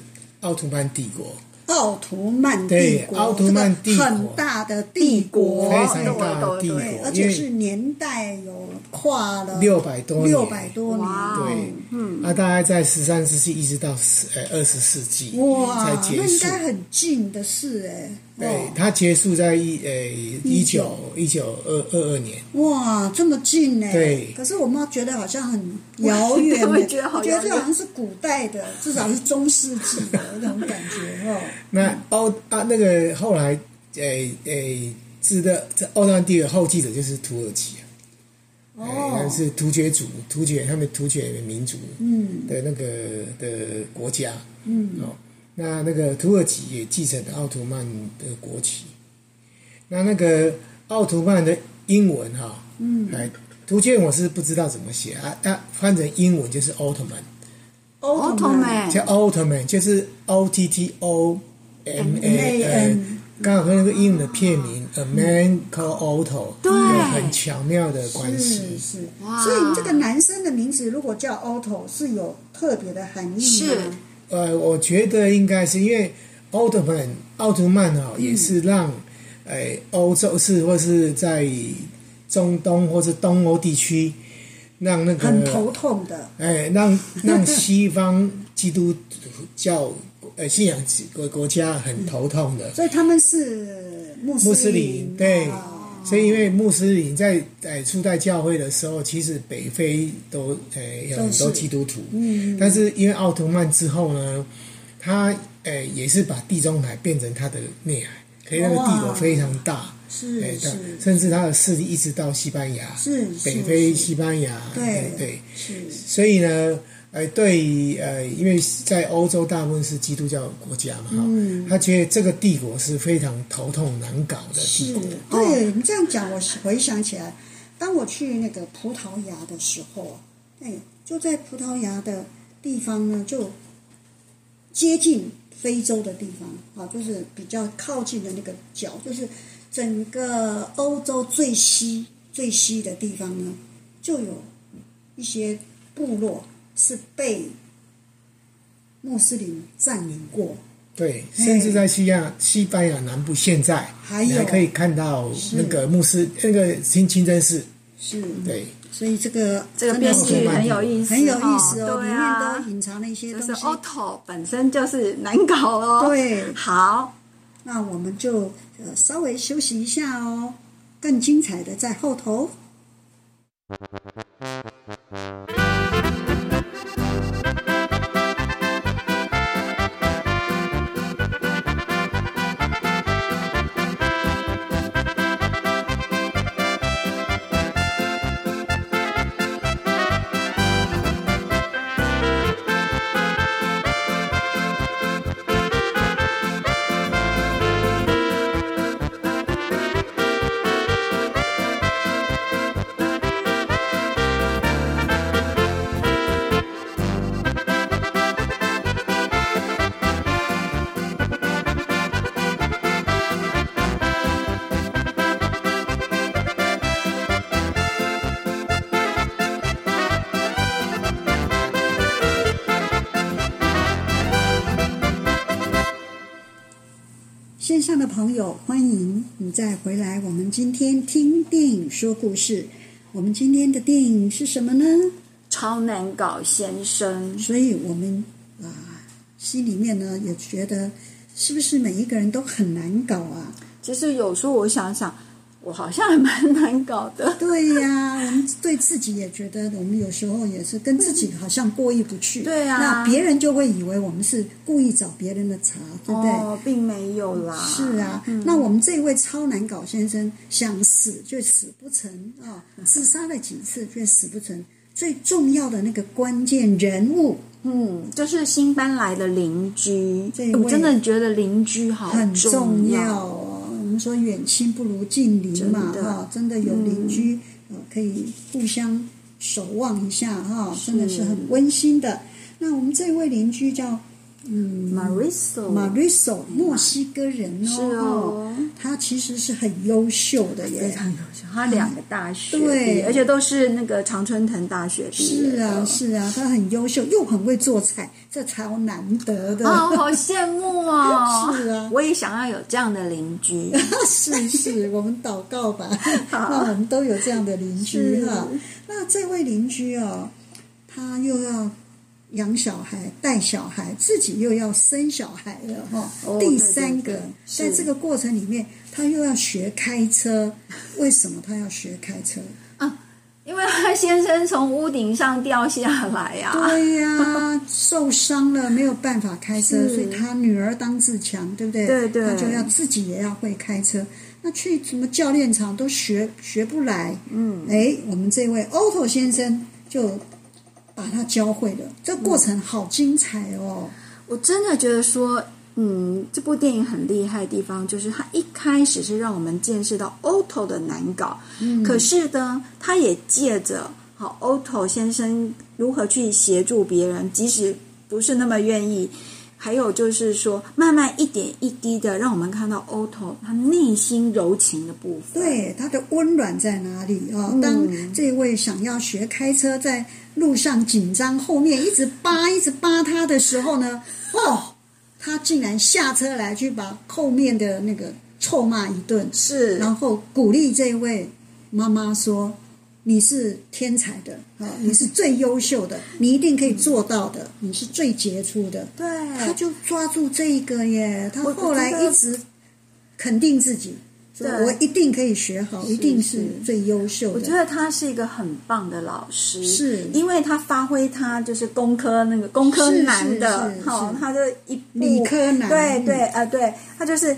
Speaker 3: 奥图曼帝国，
Speaker 1: 奥图曼帝
Speaker 3: 对
Speaker 1: 国，
Speaker 3: 奥图曼帝国
Speaker 1: 这个很大的帝国，
Speaker 3: 非常
Speaker 2: 对
Speaker 3: 大的帝国，
Speaker 1: 对，而
Speaker 3: 因
Speaker 1: 且
Speaker 3: 为
Speaker 1: 是年代有跨了
Speaker 3: 六百多年，
Speaker 1: 六百多年，
Speaker 2: 哇哦
Speaker 3: 对，嗯，那大概在十三世纪一直到十呃二十世纪才
Speaker 1: 哇，
Speaker 3: 结
Speaker 1: 那应
Speaker 3: 束，
Speaker 1: 该很近的事哎、
Speaker 3: 对
Speaker 1: 哦，
Speaker 3: 它结束在一呃一九一九二二二年，
Speaker 1: 哇，这么近哎！
Speaker 3: 对
Speaker 1: 可是我妈觉得好像很遥远欸，
Speaker 2: [LAUGHS] 我也觉得好
Speaker 1: 我觉得
Speaker 2: 遥远
Speaker 1: 这好像是古代的，至少是中世纪的那种感觉
Speaker 2: [LAUGHS]
Speaker 1: 哦。
Speaker 3: 那奥啊，那个后来，诶诶，自的这奥特曼帝国后继者就是土耳其啊，
Speaker 1: 哦
Speaker 3: 但是突厥族、突厥他们突厥民族
Speaker 1: 嗯
Speaker 3: 的那个的国家，嗯，哦，那那个土耳其也继承了奥图曼的国旗，那那个奥图曼的英文哈、嗯，来突厥文我是不知道怎么写啊，那、翻成英文就是奥特曼，
Speaker 1: 奥特曼
Speaker 2: Ottoman
Speaker 3: 叫奥特曼，就是 O T T O M A N，刚好跟那个英文的片名 A Man Called Otto
Speaker 2: 对
Speaker 3: 有很巧妙的关
Speaker 1: 是
Speaker 3: 系。
Speaker 1: 是，
Speaker 2: 哇
Speaker 1: 所以这个男生的名字如果叫 Otto 是有特别的含义吗
Speaker 2: 是
Speaker 3: 呃，我觉得应该是因为奥特曼，哎奥特曼哦，也是让呃欧洲是或是在中东或是东欧地区，让那个
Speaker 1: 很头痛的，
Speaker 3: 哎，让让西方基督教呃信仰国国家很头痛的。
Speaker 1: 所以他们是穆
Speaker 3: 穆
Speaker 1: 斯
Speaker 3: 斯林对
Speaker 1: 啊，
Speaker 3: 所以因为穆斯林在在初代教会的时候，其实北非都呃有
Speaker 1: 都
Speaker 3: 很
Speaker 1: 是
Speaker 3: 多基督徒，嗯，但是因为奥特曼之后呢，他呃也是把地中海变成他的内海，可以那个帝国非常大，
Speaker 1: 是
Speaker 3: 哎，但
Speaker 1: 是
Speaker 3: 甚至他的势力一直到西班牙，
Speaker 1: 是是
Speaker 3: 北非、
Speaker 1: 是
Speaker 3: 西班牙，
Speaker 1: 对
Speaker 3: 哎对，
Speaker 1: 是
Speaker 3: 所以呢，呃，对于呃，因为在欧洲大部分是基督教国家嘛，哈、
Speaker 1: 嗯
Speaker 3: 他觉得这个帝国是非常头痛难搞的帝
Speaker 1: 是
Speaker 2: 哦
Speaker 3: 国，，
Speaker 1: 对你这样讲，我回想起来，当我去那个葡萄牙的时候，哎，就在葡萄牙的地方啊呢，就接近非洲的地方啊，就是比较靠近的那个角，就是整个欧洲最西最西的地方呢，就有一些部落是被穆斯林占领过，
Speaker 3: 对，
Speaker 1: 哎
Speaker 3: 甚至在西亚西班牙南部，现在
Speaker 1: 还
Speaker 3: 你
Speaker 1: 有
Speaker 3: 还可以看到那个穆斯那个清清真寺，
Speaker 1: 是，
Speaker 3: 对，
Speaker 1: 所以这个
Speaker 2: 这个
Speaker 1: 真
Speaker 2: 编
Speaker 1: 的
Speaker 3: 真
Speaker 1: 是
Speaker 2: 剧
Speaker 3: 的
Speaker 2: 很有意思，
Speaker 1: 很有意思哦，
Speaker 2: 对
Speaker 1: 里
Speaker 2: 啊
Speaker 1: 面都隐藏了一些
Speaker 2: 就
Speaker 1: 东
Speaker 2: 是
Speaker 1: 西。
Speaker 2: auto 本身就是难搞哦。
Speaker 1: 对
Speaker 2: 好，
Speaker 1: 那我们就呃稍微休息一下哦，更精彩的在后头。线上的朋友，欢迎你再回来。我们今天听电影说故事，我们今天的电影是什么呢？
Speaker 2: 超难搞先生，
Speaker 1: 所以我们啊、心里面呢也觉得，是不是每一个人都很难搞啊？
Speaker 2: 其实有时候我想想，我好像还蛮难搞的。
Speaker 1: 对呀、我们对自己也觉得，我们有时候也是跟自己好像过意不去。
Speaker 2: 对啊
Speaker 1: 那别人就会以为我们是故意找别人的茬，对不对？
Speaker 2: 哦，嗯并没有啦。
Speaker 1: 是啊，那我们这位超难搞先生想死却死不成啊、自杀了几次却死不成。最重要的那个关键人物
Speaker 2: 嗯，就是新搬来的邻居
Speaker 1: 这，
Speaker 2: 我
Speaker 1: 位
Speaker 2: 真的觉得邻居好
Speaker 1: 很重
Speaker 2: 重
Speaker 1: 要哦。我们说远亲不如近邻嘛，
Speaker 2: 真
Speaker 1: 哈、
Speaker 2: 的嗯
Speaker 1: 真的有邻居、呃可以互相守望一下哈、真的是很温馨的。那我们这位邻居叫
Speaker 2: Marisol，
Speaker 1: Mariso，墨西哥人哦，
Speaker 2: 嗯是哦
Speaker 1: 他其实是很优秀的耶，
Speaker 2: 非常优秀，他两个大学
Speaker 1: 对
Speaker 2: 毕业而且都是那个常春藤大学毕业
Speaker 1: 是啊，
Speaker 2: 的。
Speaker 1: 是啊，他很优秀，又很会做菜，这超难得的。
Speaker 2: 啊，我好羡慕哦！
Speaker 1: [LAUGHS] 是啊
Speaker 2: 我也想要有这样的邻居。[LAUGHS]
Speaker 1: 是是，我们祷告吧，那我们都有这样的邻居
Speaker 2: 是
Speaker 1: 哈。那这位邻居哦，他又要养小孩、带小孩，自己又要生小孩了哈、
Speaker 2: 哦
Speaker 1: 第三
Speaker 2: 对
Speaker 1: 个
Speaker 2: 对对，是
Speaker 1: 在这个过程里面，他又要学开车，为什么他要学开车？
Speaker 2: 因为他先生从屋顶上掉下来啊呀、
Speaker 1: 对呀、受伤了没有办法开车，
Speaker 2: 是
Speaker 1: 所以他女儿当自强，对不对？
Speaker 2: 对对
Speaker 1: 他就要自己也要会开车。那去什么教练场都学学不来，嗯，哎，我们这位 Otto 先生就把他教会了，这过程好精彩哦，
Speaker 2: 我真的觉得说，嗯，这部电影很厉害的地方就是它一开始是让我们见识到 Otto 的难搞，嗯，可是呢，他也借着好 Otto 先生如何去协助别人，即使不是那么愿意。还有就是说，慢慢一点一滴的，让我们看到 Otto 他内心柔情的部分。
Speaker 1: 对，他的温暖在哪里哦？当这位想要学开车，在路上紧张，后面一直扒一直扒他的时候呢，哦，他竟然下车来去把后面的那个臭骂一顿，
Speaker 2: 是，
Speaker 1: 然后鼓励这位妈妈说：“你是天才的啊，你是最优秀的，你一定可以做到的，你是最杰出的。”
Speaker 2: 对，
Speaker 1: 他就抓住这一个耶，他
Speaker 2: 我
Speaker 1: 后来
Speaker 2: 嗯我觉得
Speaker 1: 一直肯定自己，说
Speaker 2: 对
Speaker 1: 我一定可以学好，一定是
Speaker 2: 是
Speaker 1: 最优秀
Speaker 2: 我觉
Speaker 1: 的。
Speaker 2: 得他是一个很棒的老师，
Speaker 1: 是
Speaker 2: 因为他发挥他就是工科那个工科男的
Speaker 1: 是是，是
Speaker 2: 好、
Speaker 1: 是
Speaker 2: 他就一步
Speaker 1: 理科男
Speaker 2: 对
Speaker 1: 嗯
Speaker 2: 对呃对，他就是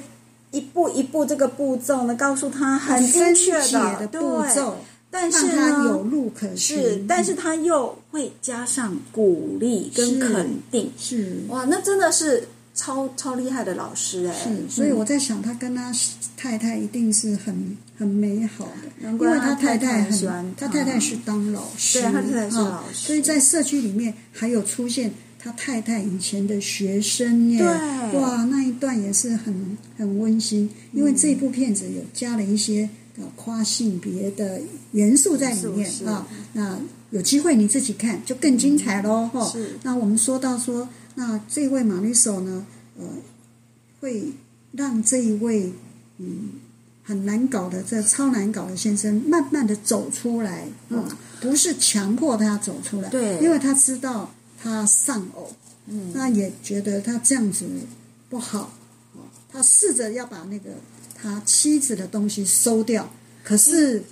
Speaker 2: 一步一步这个步骤呢，告诉他很精
Speaker 1: 分
Speaker 2: 确
Speaker 1: 解的步骤
Speaker 2: 对，，但是
Speaker 1: 让他
Speaker 2: 呢
Speaker 1: 有路可
Speaker 2: 是
Speaker 1: 循。，
Speaker 2: 但是他又会加上鼓励跟
Speaker 1: 是
Speaker 2: 肯定，
Speaker 1: 是
Speaker 2: 哇，那真的是超超厉害的老师哎、
Speaker 1: 是，所以我在想，他跟他太太一定是很很美好的，
Speaker 2: 难
Speaker 1: 因
Speaker 2: 怪
Speaker 1: 为
Speaker 2: 他
Speaker 1: 太
Speaker 2: 太太
Speaker 1: 太
Speaker 2: 很喜欢
Speaker 1: 很，他太
Speaker 2: 他
Speaker 1: 太是当老师，
Speaker 2: 对他太太是
Speaker 1: 啊
Speaker 2: 老师
Speaker 1: 所以在社区里面还有出现他太太以前的学生耶，
Speaker 2: 对
Speaker 1: 哇，那一段也是很很温馨，因为这部片子有加了一些呃跨性别的元素在里面
Speaker 2: 元素是
Speaker 1: 啊，那有机会你自己看就更精彩喽哈、
Speaker 2: 是
Speaker 1: 那我们说到说，那这位马律手呢，呃，会让这一位嗯很难搞的这超难搞的先生，慢慢的走出来，嗯，不是强迫他走出来，
Speaker 2: 对
Speaker 1: 因为他知道他丧偶，嗯，那也觉得他这样子不好，哦他试着要把那个他妻子的东西收掉，可是。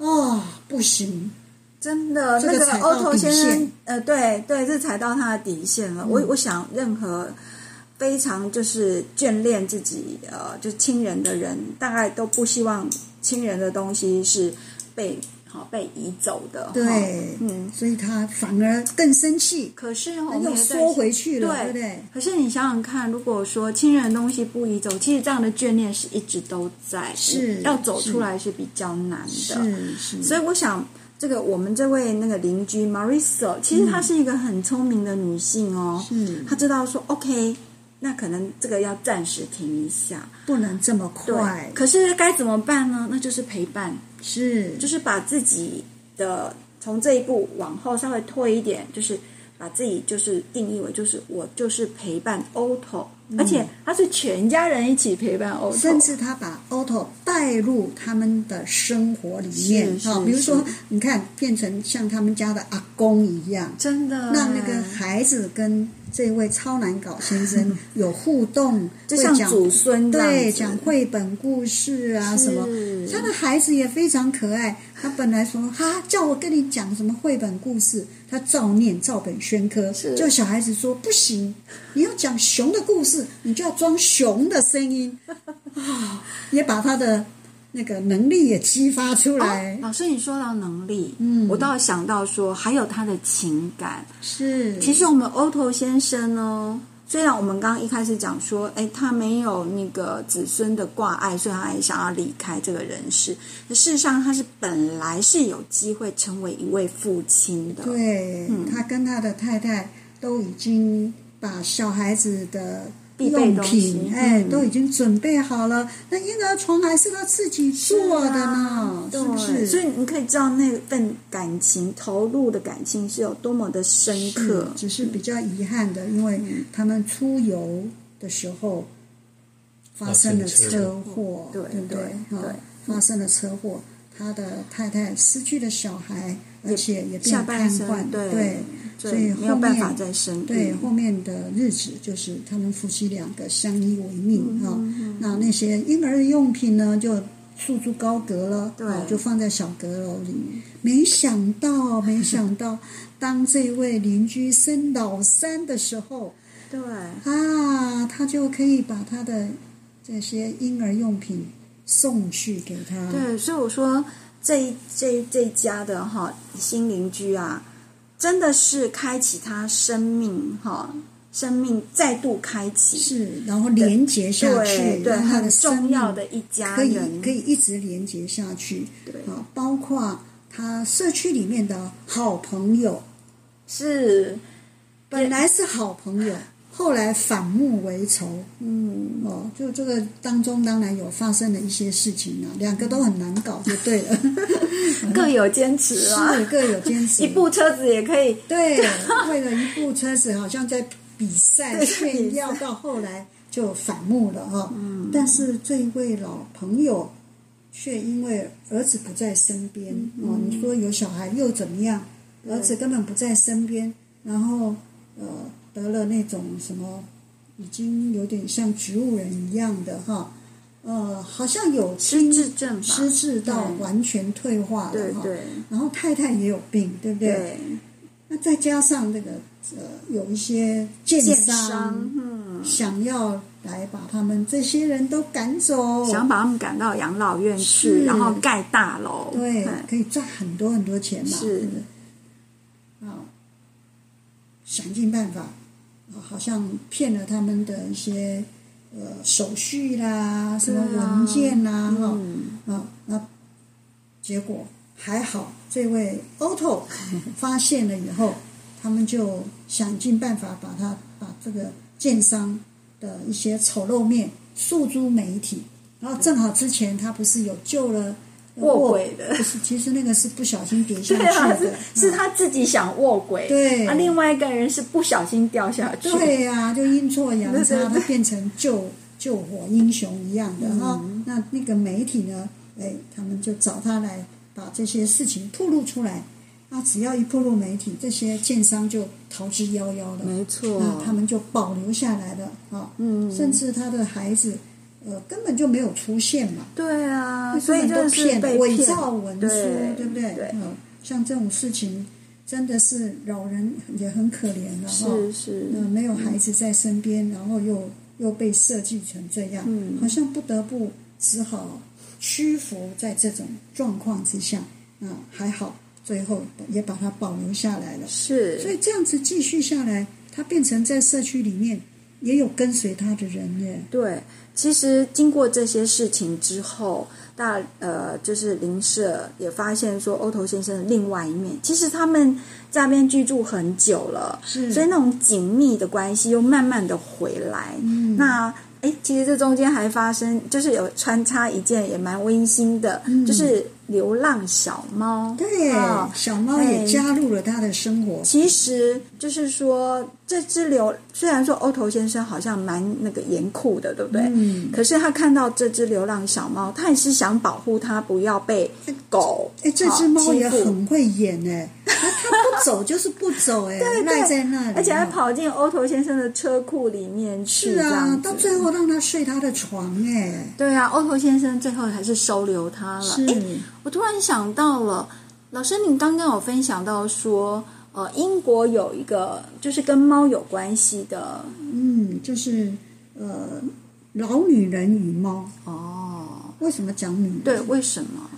Speaker 1: 哦，不行，
Speaker 2: 真的，
Speaker 1: 这个
Speaker 2: 那
Speaker 1: 踩
Speaker 2: 个
Speaker 1: 到
Speaker 2: 欧头
Speaker 1: 底
Speaker 2: 先生
Speaker 1: 线，嗯
Speaker 2: 呃，对对，这踩到他的底线了。我我想，任何非常就是眷恋自己呃，就亲人的人，大概都不希望亲人的东西是被好、被移走的。哈
Speaker 1: 对
Speaker 2: 嗯。
Speaker 1: 所以他反而更生气，
Speaker 2: 可是哦
Speaker 1: 那
Speaker 2: 我们
Speaker 1: 又
Speaker 2: 也在
Speaker 1: 缩回去了，
Speaker 2: 对
Speaker 1: 对不对？
Speaker 2: 可是你想想看，如果说亲人的东西不移走，其实这样的眷恋是一直都在，
Speaker 1: 是
Speaker 2: 要走出
Speaker 1: 是
Speaker 2: 来是比较难的。
Speaker 1: 是是，
Speaker 2: 所以我想，这个我们这位那个邻居 Marisa，其实她是一个很聪明的女性哦，
Speaker 1: 是
Speaker 2: 她知道说 OK，那可能这个要暂时停一下，
Speaker 1: 不能这么快，
Speaker 2: 可是该怎么办呢？那就是陪伴，
Speaker 1: 是
Speaker 2: 就是把自己的从这一步往后稍微退一点，就是把自己就是定义为就是我就是陪伴 Otto，、而且他是全家人一起陪伴 Otto，
Speaker 1: 嗯甚至他把 Otto 带入他们的生活里面
Speaker 2: 是是
Speaker 1: 哈、比如说
Speaker 2: 是
Speaker 1: 你看变成像他们家的阿公一样，
Speaker 2: 真的
Speaker 1: 让那个孩子跟这位超难搞先生有互动，
Speaker 2: 就
Speaker 1: 会
Speaker 2: 像
Speaker 1: 讲
Speaker 2: 祖孙这样
Speaker 1: 对，
Speaker 2: 子
Speaker 1: 讲绘本故事啊什么
Speaker 2: 是。
Speaker 1: 他的孩子也非常可爱，他本来说哈叫我跟你讲什么绘本故事，他照念照本宣科，
Speaker 2: 是
Speaker 1: 就小孩子说不行，你要讲熊的故事，你就要装熊的
Speaker 2: [LAUGHS]
Speaker 1: 声音，啊、也把他的那个能力也激发出来，
Speaker 2: 哦老师，你说到能力，
Speaker 1: 嗯
Speaker 2: 我倒想到说还有他的情感。
Speaker 1: 是，
Speaker 2: 其实我们 Otto 先生呢，虽然我们刚刚一开始讲说，哎，他没有那个子孙的挂碍，所以他也想要离开这个人世。事实上，他是本来是有机会成为一位父亲的。
Speaker 1: 对、他跟他的太太都已经把小孩子的
Speaker 2: 必备
Speaker 1: 用
Speaker 2: 东西
Speaker 1: 品，哎，
Speaker 2: 嗯
Speaker 1: 都已经准备好了。那婴儿床还是他自己做的呢，
Speaker 2: 啊对
Speaker 1: 是不是？
Speaker 2: 所以你可以知道那份感情投入的感情是有多么的深刻
Speaker 1: 是。只是比较遗憾的，因为他们出游的时候发生了车祸，
Speaker 2: 对
Speaker 1: 不对？
Speaker 2: 对
Speaker 1: 哈
Speaker 2: 对
Speaker 1: 发生了车祸，他的太太失去了小孩，而且也变
Speaker 2: 下半
Speaker 1: 瘫
Speaker 2: 身
Speaker 1: 痪，
Speaker 2: 对
Speaker 1: 对，
Speaker 2: 所
Speaker 1: 所以
Speaker 2: 以
Speaker 1: 后
Speaker 2: 没有办法
Speaker 1: 面
Speaker 2: 再生育。
Speaker 1: 对，后面的日子就是他们夫妻两个相依为
Speaker 2: 嗯
Speaker 1: 命哈、那那些婴儿的用品呢，就束之高阁了，
Speaker 2: 对
Speaker 1: 啊就放在小阁楼里。没想到，没想到，当这位邻居生老三的时候
Speaker 2: 对，
Speaker 1: 啊，他就可以把他的这些婴儿用品送去给他。
Speaker 2: 对，所以我说这一这一这一家的哈新邻居啊，真的是开启他生命哈，生命再度开启，
Speaker 1: 是，然后连接下
Speaker 2: 对
Speaker 1: 去，
Speaker 2: 对，
Speaker 1: 让他
Speaker 2: 很
Speaker 1: 的生
Speaker 2: 重
Speaker 1: 命
Speaker 2: 要的一家
Speaker 1: 可以
Speaker 2: 人，
Speaker 1: 可以一直连接下去。
Speaker 2: 对
Speaker 1: 啊，包括他社区里面的好朋友，
Speaker 2: 是
Speaker 1: 本来是好朋友，后来反目为仇。嗯，哦，就这个当中当然有发生了一些事情啊，两个都很难搞，就对
Speaker 2: [LAUGHS]
Speaker 1: 了，
Speaker 2: 各有坚持
Speaker 1: [LAUGHS]
Speaker 2: 啊，
Speaker 1: 嗯是各有坚持。
Speaker 2: [LAUGHS] 一部车子也可以， [LAUGHS]
Speaker 1: 对，为了一部车子，好像在比赛
Speaker 2: 对
Speaker 1: 炫耀，
Speaker 2: 嗯
Speaker 1: 到后来就反目了哈、但是这一位老朋友却因为儿子不在身边、
Speaker 2: 嗯
Speaker 1: 哦，你说有小孩又怎么样？儿子根本不在身边，然后呃得了那种什么，已经有点像植物人一样的哈，呃，好像有
Speaker 2: 失
Speaker 1: 轻
Speaker 2: 智症吧？
Speaker 1: 失智到
Speaker 2: 对
Speaker 1: 完全退化
Speaker 2: 对
Speaker 1: 了哈。
Speaker 2: 对
Speaker 1: 然后太太也有病，对不对？
Speaker 2: 对，
Speaker 1: 那再加上那个呃，有一些建
Speaker 2: 健
Speaker 1: 商
Speaker 2: 商，嗯，
Speaker 1: 想要来把他们这些人都赶走，
Speaker 2: 想把他们赶到养老院
Speaker 1: 是
Speaker 2: 去，然后盖大楼，
Speaker 1: 对嗯
Speaker 2: 嗯，
Speaker 1: 可以赚很多很多钱嘛，
Speaker 2: 是
Speaker 1: 对不对？啊，想尽办法，啊好像骗了他们的一些呃手续啦、什么
Speaker 2: 对啊
Speaker 1: 文件啦，哈、
Speaker 2: 嗯，
Speaker 1: 啊，那结果还好，这位 Otto 发现了以后，他们就想尽办法把他把这个建商的一些丑陋面诉诸媒体。然后正好之前他不是有救了呃
Speaker 2: 卧轨的
Speaker 1: 不是，其实那个是不小心跌下
Speaker 2: [LAUGHS] 对
Speaker 1: 去
Speaker 2: 啊，
Speaker 1: 的嗯
Speaker 2: 是，是他自己想卧轨，
Speaker 1: 对
Speaker 2: 啊，另外一个人是不小心掉下去，
Speaker 1: 对呀、就阴错阳
Speaker 2: 对对
Speaker 1: 差，
Speaker 2: 对
Speaker 1: 他变成
Speaker 2: [LAUGHS]
Speaker 1: 救救火英雄一样
Speaker 2: 嗯
Speaker 1: 的哈、那那个媒体呢，哎，他们就找他来把这些事情暴露出来。那只要一暴露媒体，这些建商就逃之夭夭了。
Speaker 2: 没错
Speaker 1: 那他们就保留下来了啊。
Speaker 2: 嗯
Speaker 1: 甚至他的孩子，呃，根本就没有出现嘛。
Speaker 2: 对啊，
Speaker 1: 那
Speaker 2: 所以
Speaker 1: 根本
Speaker 2: 就
Speaker 1: 都
Speaker 2: 是
Speaker 1: 骗
Speaker 2: 被
Speaker 1: 伪
Speaker 2: 骗
Speaker 1: 造文书，
Speaker 2: 对
Speaker 1: 对不对？
Speaker 2: 对
Speaker 1: 嗯，像这种事情真的是老人也很可怜了哈。
Speaker 2: 是是，
Speaker 1: 嗯，没有孩子在身边，然后又又被设计成这样，
Speaker 2: 嗯
Speaker 1: 好像不得不只好屈服在这种状况之下。那还好，最后也把它保留下来了。
Speaker 2: 是，
Speaker 1: 所以这样子继续下来，他变成在社区里面也有跟随他的人耶。
Speaker 2: 对，其实经过这些事情之后，大呃，就是邻舍也发现说，欧头先生的另外一面，其实他们在那边居住很久了，
Speaker 1: 是
Speaker 2: 所以那种紧密的关系又慢慢的回来。嗯，那哎，其实这中间还发生，就是有穿插一件也蛮温馨的，就是流浪小猫。
Speaker 1: 嗯对，
Speaker 2: 啊
Speaker 1: 小猫也加入了他的生活。嗯
Speaker 2: 其实就是说，这只流虽然说欧头先生好像蛮那个严酷的，对不对？
Speaker 1: 嗯
Speaker 2: 可是他看到这只流浪小猫，他也是想保护它不要被狗啊
Speaker 1: 哎，这只猫也。
Speaker 2: 好欺负
Speaker 1: 很会演哎，它它不走就是不走
Speaker 2: [LAUGHS]
Speaker 1: 哎，
Speaker 2: 对对
Speaker 1: 赖在那里，哦
Speaker 2: 而且还跑进欧头先生的车库里面去，
Speaker 1: 是
Speaker 2: 这
Speaker 1: 啊
Speaker 2: 样，子
Speaker 1: 到最后让他睡他的床哎、
Speaker 2: 对啊，欧头先生最后还是收留他了。诶我突然想到了，老师，你刚刚有分享到说，呃，英国有一个就是跟猫有关系的
Speaker 1: 嗯，就是呃，老女人与猫，
Speaker 2: 哦，
Speaker 1: 为什么讲女人？
Speaker 2: 对，为什么？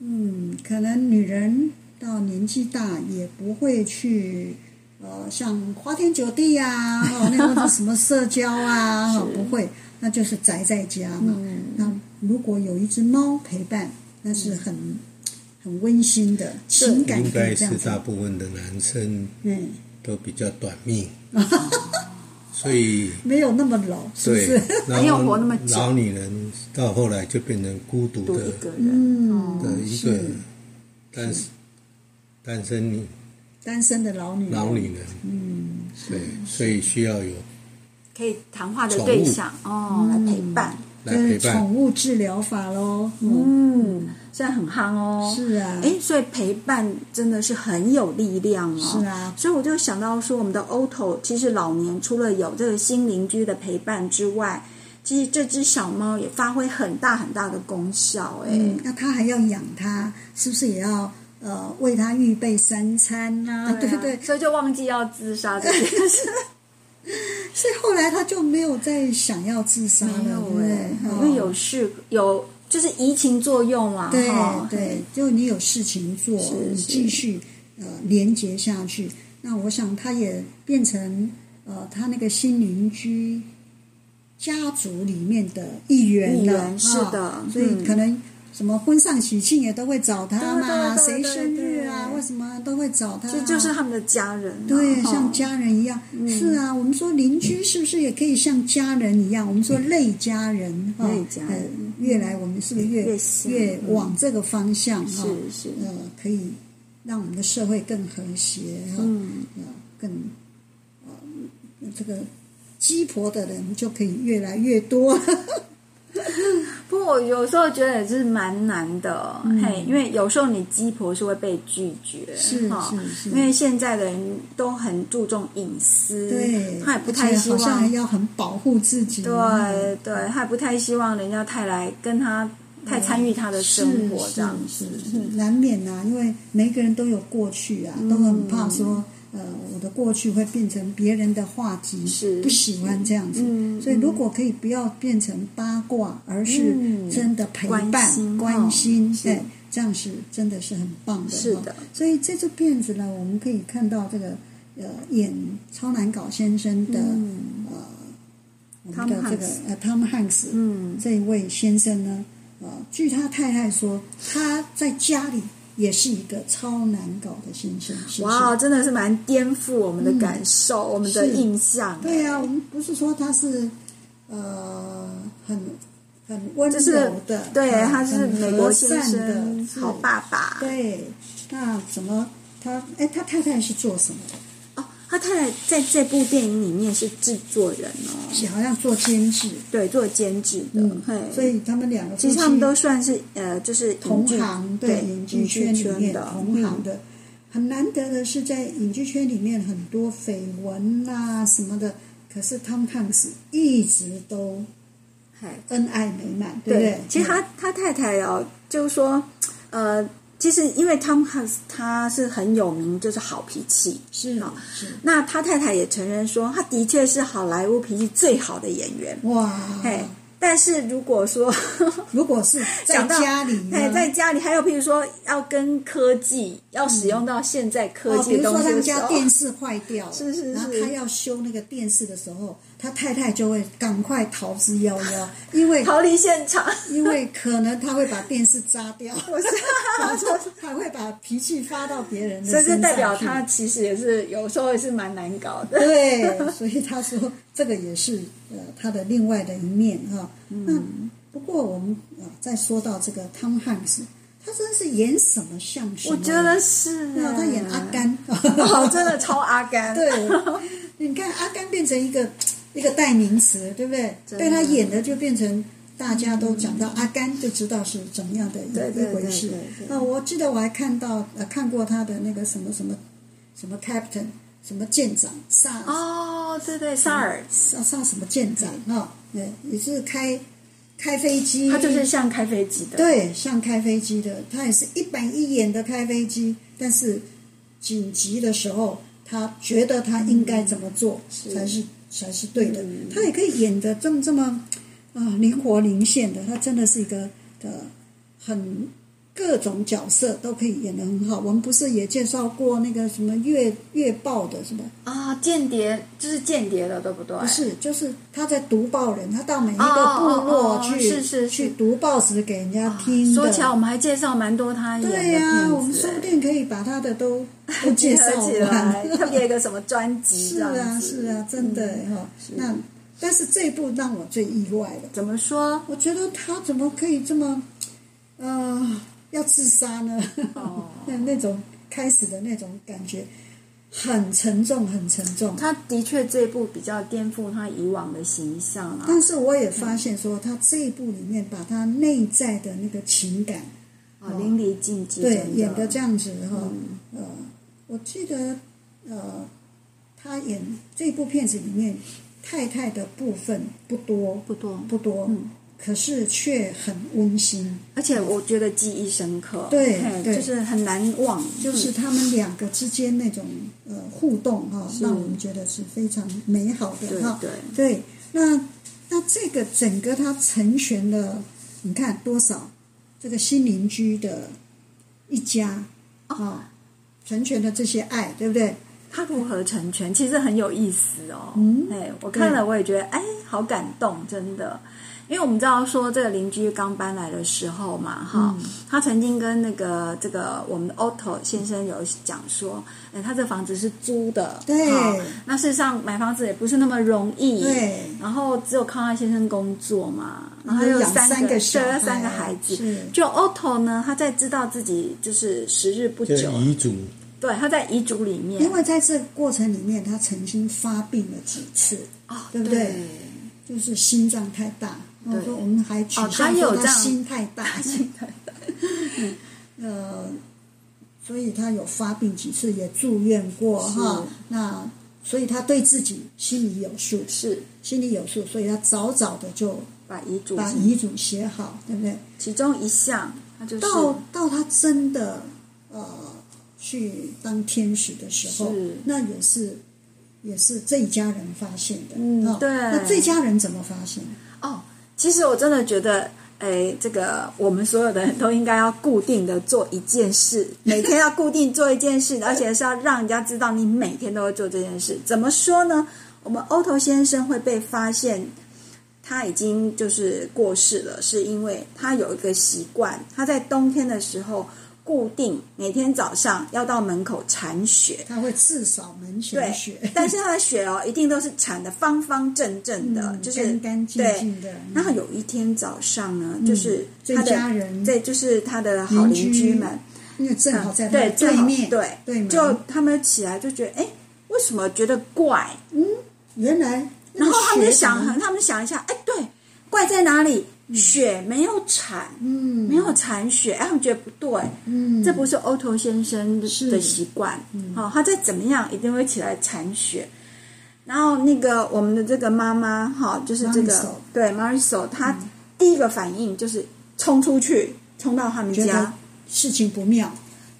Speaker 1: 嗯，可能女人到年纪大也不会去。呃，像花天酒地
Speaker 2: [LAUGHS]
Speaker 1: 啊，哦，那种什么社交啊，哦不会，那就是宅在家嘛。
Speaker 2: 嗯
Speaker 1: 那如果有一只猫陪伴，那是很、很温馨的情感
Speaker 4: 应
Speaker 1: 可以
Speaker 4: 该
Speaker 1: 这
Speaker 4: 是
Speaker 1: 样
Speaker 4: 大
Speaker 1: 子。
Speaker 4: 部分的男生
Speaker 1: 嗯，
Speaker 4: 都比较短命，所以
Speaker 1: 没有那么老，是不
Speaker 4: 对
Speaker 1: 是？，
Speaker 4: 然
Speaker 2: 没有
Speaker 4: 后
Speaker 2: 活那么久
Speaker 4: 老女人到后来就变成孤独
Speaker 2: 独
Speaker 4: 的
Speaker 2: 一个人，
Speaker 1: 嗯，
Speaker 4: 的一个单单身女
Speaker 1: 单身的老女人。
Speaker 4: 老女人，嗯，对，所以需要有
Speaker 2: 可以谈话的对象哦，来陪伴。
Speaker 4: 来
Speaker 1: 就
Speaker 4: 陪
Speaker 1: 是
Speaker 4: 伴
Speaker 1: 宠。物治疗法喽。
Speaker 2: 嗯，
Speaker 1: 嗯，
Speaker 2: 现在很夯哦。
Speaker 1: 是啊，
Speaker 2: 哎，所以陪伴真的是很有力量哦。
Speaker 1: 是啊
Speaker 2: 所以我就想到说，我们的 Otto 其实老年除了有这个新邻居的陪伴之外，其实这只小猫也发挥很大很大的功效。哎、
Speaker 1: 嗯，那他还要养它，是不是也要呃为它预备三餐
Speaker 2: [LAUGHS]
Speaker 1: 呐、嗯对不对
Speaker 2: 啊，？所以就忘记要自杀这件
Speaker 1: [LAUGHS]
Speaker 2: 事。
Speaker 1: 所以后来他就没有再想要自杀了，
Speaker 2: 没有
Speaker 1: 对不对
Speaker 2: 哎？，
Speaker 1: 哦
Speaker 2: 因为有事有就是移情作用啊。
Speaker 1: 对
Speaker 2: 哈
Speaker 1: 对，就你有事情做，
Speaker 2: 是
Speaker 1: 你
Speaker 2: 是
Speaker 1: 继续呃连接下去。那我想他也变成呃他那个新邻居家族里面的一员
Speaker 2: 一
Speaker 1: 了，
Speaker 2: 员
Speaker 1: 啊
Speaker 2: 是的
Speaker 1: 所以
Speaker 2: 嗯
Speaker 1: 可能。什么婚丧喜庆也都会找他嘛，
Speaker 2: 对对对
Speaker 1: 谁生日啊，
Speaker 2: 对
Speaker 1: 为什么都会找他、啊？
Speaker 2: 这就是嗯他们的家人、啊，
Speaker 1: 对，
Speaker 2: 哈
Speaker 1: 像家人一样。是啊，我们说邻居是不是也可以像家人一样？我们说类家人哈，
Speaker 2: 类嗯家人嗯
Speaker 1: 呃越来我们是不是越
Speaker 2: 越像
Speaker 1: 越往这个方向哈？
Speaker 2: 是是
Speaker 1: 呃，可以让我们的社会更和谐哈，
Speaker 2: 嗯
Speaker 1: 呃，更呃
Speaker 2: [LAUGHS]
Speaker 1: 这个鸡婆的人就可以越来越多。
Speaker 2: 不过我有时候觉得也是蛮难的，
Speaker 1: 嗯
Speaker 2: 嘿，因为有时候你鸡婆是会被拒绝，
Speaker 1: 是
Speaker 2: 哈
Speaker 1: 是是
Speaker 2: 因为现在的人都很注重隐私，
Speaker 1: 对，
Speaker 2: 嗯他也不
Speaker 1: 而且
Speaker 2: 太希
Speaker 1: 好像嗯还
Speaker 2: 望，
Speaker 1: 要很保护自己，啊
Speaker 2: 对对，他也不太希望人家太来跟他太参与他的生活
Speaker 1: 是
Speaker 2: 这样
Speaker 1: 是
Speaker 2: 子，
Speaker 1: 是是难免呐、因为每个人都有过去啊，
Speaker 2: 嗯
Speaker 1: 都很怕说，呃，我的过去会变成别人的话题，
Speaker 2: 是
Speaker 1: 不喜欢这样子。
Speaker 2: 嗯
Speaker 1: 所以如果可以不要变成八卦，而
Speaker 2: 嗯
Speaker 1: 是真的陪伴、
Speaker 2: 关心
Speaker 1: 关心
Speaker 2: 哦是
Speaker 1: 对，这样是真的是很棒的。
Speaker 2: 是的
Speaker 1: 哦所以这部片子呢，我们可以看到这个呃，演超难搞先
Speaker 2: 嗯
Speaker 1: 生的、呃，我们的
Speaker 2: Tom
Speaker 1: 这个
Speaker 2: Hanks
Speaker 1: 呃，Tom Hanks，
Speaker 2: 嗯
Speaker 1: 这一位先生呢，呃，据他太太说，他在家里也是一个超难搞的先生，是不
Speaker 2: 哇，
Speaker 1: 是？
Speaker 2: 真的是蛮颠覆我们的感受，我们的
Speaker 1: 是
Speaker 2: 印象，
Speaker 1: 对啊，我们不是说他是呃很很温
Speaker 2: 就是
Speaker 1: 柔的，
Speaker 2: 对，
Speaker 1: 很
Speaker 2: 他是
Speaker 1: 很
Speaker 2: 美国
Speaker 1: 和
Speaker 2: 先
Speaker 1: 善的
Speaker 2: 生，好爸爸，
Speaker 1: 对，那怎么他？哎，他太太是做什么的？
Speaker 2: 哦，他太太在这部电影里面是制作人哦，
Speaker 1: 是好像做监制，
Speaker 2: 对，做监制的，
Speaker 1: 嗯
Speaker 2: 嘿，，
Speaker 1: 所以他们两个
Speaker 2: 其
Speaker 1: 夫
Speaker 2: 实
Speaker 1: 妻
Speaker 2: 他们都算是呃，就是影
Speaker 1: 同
Speaker 2: 剧
Speaker 1: 行
Speaker 2: 对
Speaker 1: 影剧
Speaker 2: 圈
Speaker 1: 圈里面
Speaker 2: 的嗯
Speaker 1: 同行
Speaker 2: 的，
Speaker 1: 的，很难得的是在影剧圈里面很多绯闻啊什么的，可是汤姆汉克斯一直都
Speaker 2: 嘿，
Speaker 1: 恩爱美满，
Speaker 2: 对，
Speaker 1: 不对？嗯
Speaker 2: 其实他他太太哦，就是说，呃，其实因为 Tom Hanks 他是很有名，就是好脾气，
Speaker 1: 是
Speaker 2: 哦
Speaker 1: 是
Speaker 2: 那他太太也承认说，他的确是好莱坞脾气最好的演员，
Speaker 1: 哇，
Speaker 2: 嘿，但是如果说
Speaker 1: 如果是在
Speaker 2: 讲到
Speaker 1: 家里呢，哦
Speaker 2: 哎，在家里还有，譬如说要跟科技，要使用到现在科
Speaker 1: 哦，比
Speaker 2: 技
Speaker 1: 如
Speaker 2: 的东
Speaker 1: 说他
Speaker 2: 西
Speaker 1: 们
Speaker 2: 的时
Speaker 1: 家
Speaker 2: 候，
Speaker 1: 电视坏掉了，
Speaker 2: 是是
Speaker 1: 然后
Speaker 2: 是
Speaker 1: 他要修那个电视的时候，他太太就会赶快逃之夭夭，因为
Speaker 2: 逃离现
Speaker 1: [LAUGHS]
Speaker 2: 场，
Speaker 1: 因为可能他会把电视扎掉，
Speaker 2: [LAUGHS] 我是
Speaker 1: 然后他会把脾气发到别人的
Speaker 2: 所
Speaker 1: 身
Speaker 2: 以这
Speaker 1: 上，
Speaker 2: 代表他。其实也是有时候也是蛮难搞的。
Speaker 1: 对，所以他说这个也是呃他的另外的一面哈、嗯，那不过我们啊、呃再说到这个汤汉斯，他真是演什么像什么。
Speaker 2: 我觉得是，哎
Speaker 1: 那啊他演阿，甘，
Speaker 2: [LAUGHS] 哦，真的超阿甘，
Speaker 1: 对，你看阿甘变成一个一个代名词，对不对？
Speaker 2: 真的
Speaker 1: 被他演的就变成大家都讲到阿甘，就知道是怎么样的一
Speaker 2: 对对对
Speaker 1: 一回事
Speaker 2: 对对。
Speaker 1: 那我记得我还看到呃看过他的那个什么什么什么 captain 什么舰长萨
Speaker 2: [LAUGHS] 哦，对对，萨尔，
Speaker 1: 萨萨什么舰长啊，对，也是开开飞机，
Speaker 2: 他就是像开飞机的，
Speaker 1: 对，像开飞机的，他也是一板一眼的开飞机，但是紧急的时候，他觉得他应该怎么做、
Speaker 2: 嗯
Speaker 1: 才是才是对的。他也可以演的这么这么啊、灵活灵现的，他真的是一个呃很各种角色都可以演得很好。我们不是也介绍过那个什么月月报的什么？
Speaker 2: 啊，间谍就是间谍的，对不对？
Speaker 1: 不是，就是他在读报人，他到每一个
Speaker 2: 哦哦
Speaker 1: 部落
Speaker 2: 哦
Speaker 1: 去、
Speaker 2: 是是是啊
Speaker 1: 去读报纸给人家听的。
Speaker 2: 说起来，我们还介绍蛮多他演的
Speaker 1: 对呀、
Speaker 2: 片子
Speaker 1: 我们说不定可以把他的都
Speaker 2: [LAUGHS]
Speaker 1: 都
Speaker 2: 哎
Speaker 1: 介
Speaker 2: 结
Speaker 1: 绍
Speaker 2: 合起来，特
Speaker 1: 完。
Speaker 2: 别一个什么专辑
Speaker 1: [LAUGHS] 是
Speaker 2: 这样
Speaker 1: 啊，
Speaker 2: 子嗯
Speaker 1: 是啊，真的哈、那但是这一部让我最意外的，
Speaker 2: 怎么说？
Speaker 1: 我觉得他怎么可以这么，呃，要自杀呢？
Speaker 2: 哦
Speaker 1: [LAUGHS] 那那种开始的那种感觉，很沉重，很沉重。
Speaker 2: 他的确这一部比较颠覆他以往的形象啊，
Speaker 1: 但是我也发现说，他这一部里面把他内在的那个情感，
Speaker 2: 啊，淋漓尽致，
Speaker 1: 对
Speaker 2: 真
Speaker 1: 演的这样子哈、呃，我记得呃，他演这部片子里面太太的部分不多嗯
Speaker 2: 不多，
Speaker 1: 不多，可是却很温馨，
Speaker 2: 而且我觉得记忆深刻，
Speaker 1: 对
Speaker 2: 嘿
Speaker 1: 对
Speaker 2: 就是很难忘，嗯
Speaker 1: 就是他们两个之间那种呃互动哈、让我们觉得是非常美好
Speaker 2: 对
Speaker 1: 的哈、
Speaker 2: 对
Speaker 1: 对，那那这个整个他成全了，你看多少这个新邻居的一家啊、哦成全了这些爱，对不对？
Speaker 2: 他如何成全，其实很有意思哦。嗯，哎，我看了我也觉得，哎，好感动，真的。因为我们知道说，这个邻居刚搬来的时候嘛，哈、
Speaker 1: 嗯
Speaker 2: 他曾经跟那个这个我们的 Otto 先生有讲说，哎，他这房子是租的，
Speaker 1: 对
Speaker 2: 哈那事实上买房子也不是那么容易，
Speaker 1: 对
Speaker 2: 然后只有靠他先生工作嘛，然后
Speaker 1: 还有
Speaker 2: 有
Speaker 1: 嗯养三
Speaker 2: 个，
Speaker 1: 个小
Speaker 2: 对，有
Speaker 1: 孩
Speaker 2: 三个孩子
Speaker 1: 是。
Speaker 2: 就 Otto 呢，他在知道自己就是时日不
Speaker 4: 这
Speaker 2: 久，
Speaker 4: 遗嘱
Speaker 2: 对，他在遗嘱里面
Speaker 1: 因，为在这个过程里面，他曾经发病了几次，
Speaker 2: 哦，
Speaker 1: 对不对就是心脏太大，我说我们还取
Speaker 2: 哦
Speaker 1: 笑
Speaker 2: 他有
Speaker 1: 说
Speaker 2: 这
Speaker 1: 他
Speaker 2: 样
Speaker 1: 心太
Speaker 2: [LAUGHS]
Speaker 1: 大，心太大。 [LAUGHS] 嗯，呃，所以他有发病几次，也住院过
Speaker 2: 是
Speaker 1: 哈。那所以他对自己心里有数，
Speaker 2: 是
Speaker 1: 心里有数，所以他早早的就
Speaker 2: 把遗嘱
Speaker 1: 把遗嘱写好，对不对？
Speaker 2: 其中一项，它就是
Speaker 1: 到到他真的呃去当天使的时候
Speaker 2: 是，
Speaker 1: 那也是也是这一家人发现的。
Speaker 2: 嗯
Speaker 1: 哦
Speaker 2: 对
Speaker 1: 那这家人怎么发现？
Speaker 2: 哦，其实我真的觉得，哎，这个我们所有的人都应该要固定的做一件事，每天要固定做一件事，而且是要让人家知道你每天都会做这件事。怎么说呢？我们欧头先生会被发现他已经就是过世了，是因为他有一个习惯，他在冬天的时候固定每天早上要到门口铲雪。
Speaker 1: 他会至少门
Speaker 2: 对
Speaker 1: 前雪，，
Speaker 2: 但是他的雪哦，一定都是铲的方方正正的，
Speaker 1: 嗯
Speaker 2: 就是
Speaker 1: 干干净
Speaker 2: 对
Speaker 1: 净的。
Speaker 2: 然后有一天早上呢，就是
Speaker 1: 这
Speaker 2: 他的
Speaker 1: 嗯家人
Speaker 2: 对，就是他的好邻居们，
Speaker 1: 因为正好
Speaker 2: 嗯
Speaker 1: 在他
Speaker 2: 对
Speaker 1: 的对面，嗯
Speaker 2: 正好
Speaker 1: 对
Speaker 2: 对，
Speaker 1: 门
Speaker 2: 就他们起来就觉得，哎，为什么觉得怪？
Speaker 1: 原来那
Speaker 2: 然
Speaker 1: 个
Speaker 2: 后他们就
Speaker 1: 雪
Speaker 2: 想，
Speaker 1: 怎么
Speaker 2: 他们想一下，哎，对，怪在哪里？雪没有铲，
Speaker 1: 嗯
Speaker 2: 没有铲雪，哎，他们觉得不对，
Speaker 1: 嗯，
Speaker 2: 这不是欧头先生的
Speaker 1: 是嗯
Speaker 2: 的习惯，好、他再怎么样一定会起来铲雪。然后那个我们的这个妈妈哈、就是这
Speaker 1: Marisol 嗯
Speaker 2: 个对 Marisol，她第一个反应就是冲出去，冲到他们
Speaker 1: 觉得
Speaker 2: 家，
Speaker 1: 事情不妙，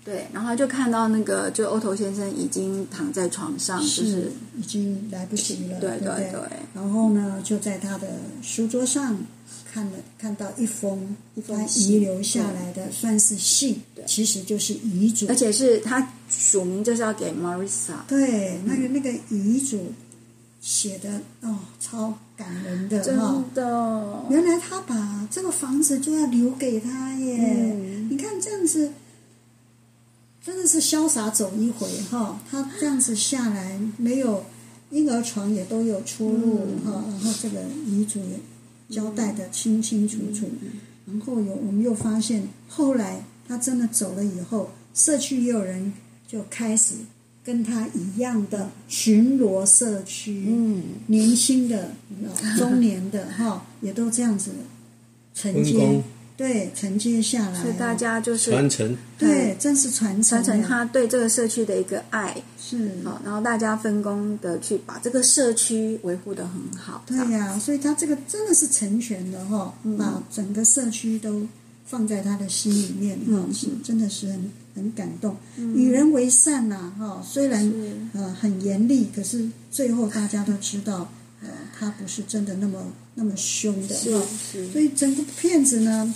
Speaker 2: 对，然后就看到那个就欧头先生已经躺在床上，就是
Speaker 1: 已经来不及了，
Speaker 2: 对
Speaker 1: 不
Speaker 2: 对
Speaker 1: 对
Speaker 2: 对
Speaker 1: 然后呢，就在他的书桌上看了看到一封
Speaker 2: 一封
Speaker 1: 他
Speaker 2: 信
Speaker 1: 遗留下来的，算是信，其实就是遗嘱
Speaker 2: 而。且是他署名就是要给 Marisa，
Speaker 1: 对，那个那个遗嘱写的哦，超感人的
Speaker 2: 真
Speaker 1: 哈、
Speaker 2: 的，
Speaker 1: 原来他把这个房子就要留给他耶！你看这样子，真的是潇洒走一回哈。他这样子下来，没有婴儿床也都有出入哈、然后这个遗嘱也交代的清清楚楚。然后有我们又发现，后来他真的走了以后，社区也有人就开始跟他一样的巡逻社区，嗯，年
Speaker 2: [LAUGHS]
Speaker 1: 轻的、呃中年的哈，也都这样子承
Speaker 4: 分
Speaker 1: 接
Speaker 4: 工，
Speaker 1: 对，承接下来，
Speaker 2: 所以大家就是
Speaker 4: 传承，
Speaker 1: 对，真是传承
Speaker 2: 传
Speaker 1: 啊，
Speaker 2: 承他对这个社区的一个爱，
Speaker 1: 是，
Speaker 2: 好，哦然后大家分工的去把这个社区维护的很好。
Speaker 1: 对
Speaker 2: 这样
Speaker 1: 呀、所以他这个真的是成全的哈、
Speaker 2: 嗯
Speaker 1: 把整个社区都放在他的心里面哈、
Speaker 2: 嗯
Speaker 1: 是真的是很很感动。与人为善呐、哈、虽然
Speaker 2: 是
Speaker 1: 呃很严厉，可是最后大家都知道，呃，他不是真的那么那么凶的哈、
Speaker 2: 是
Speaker 1: 所以整个片子呢，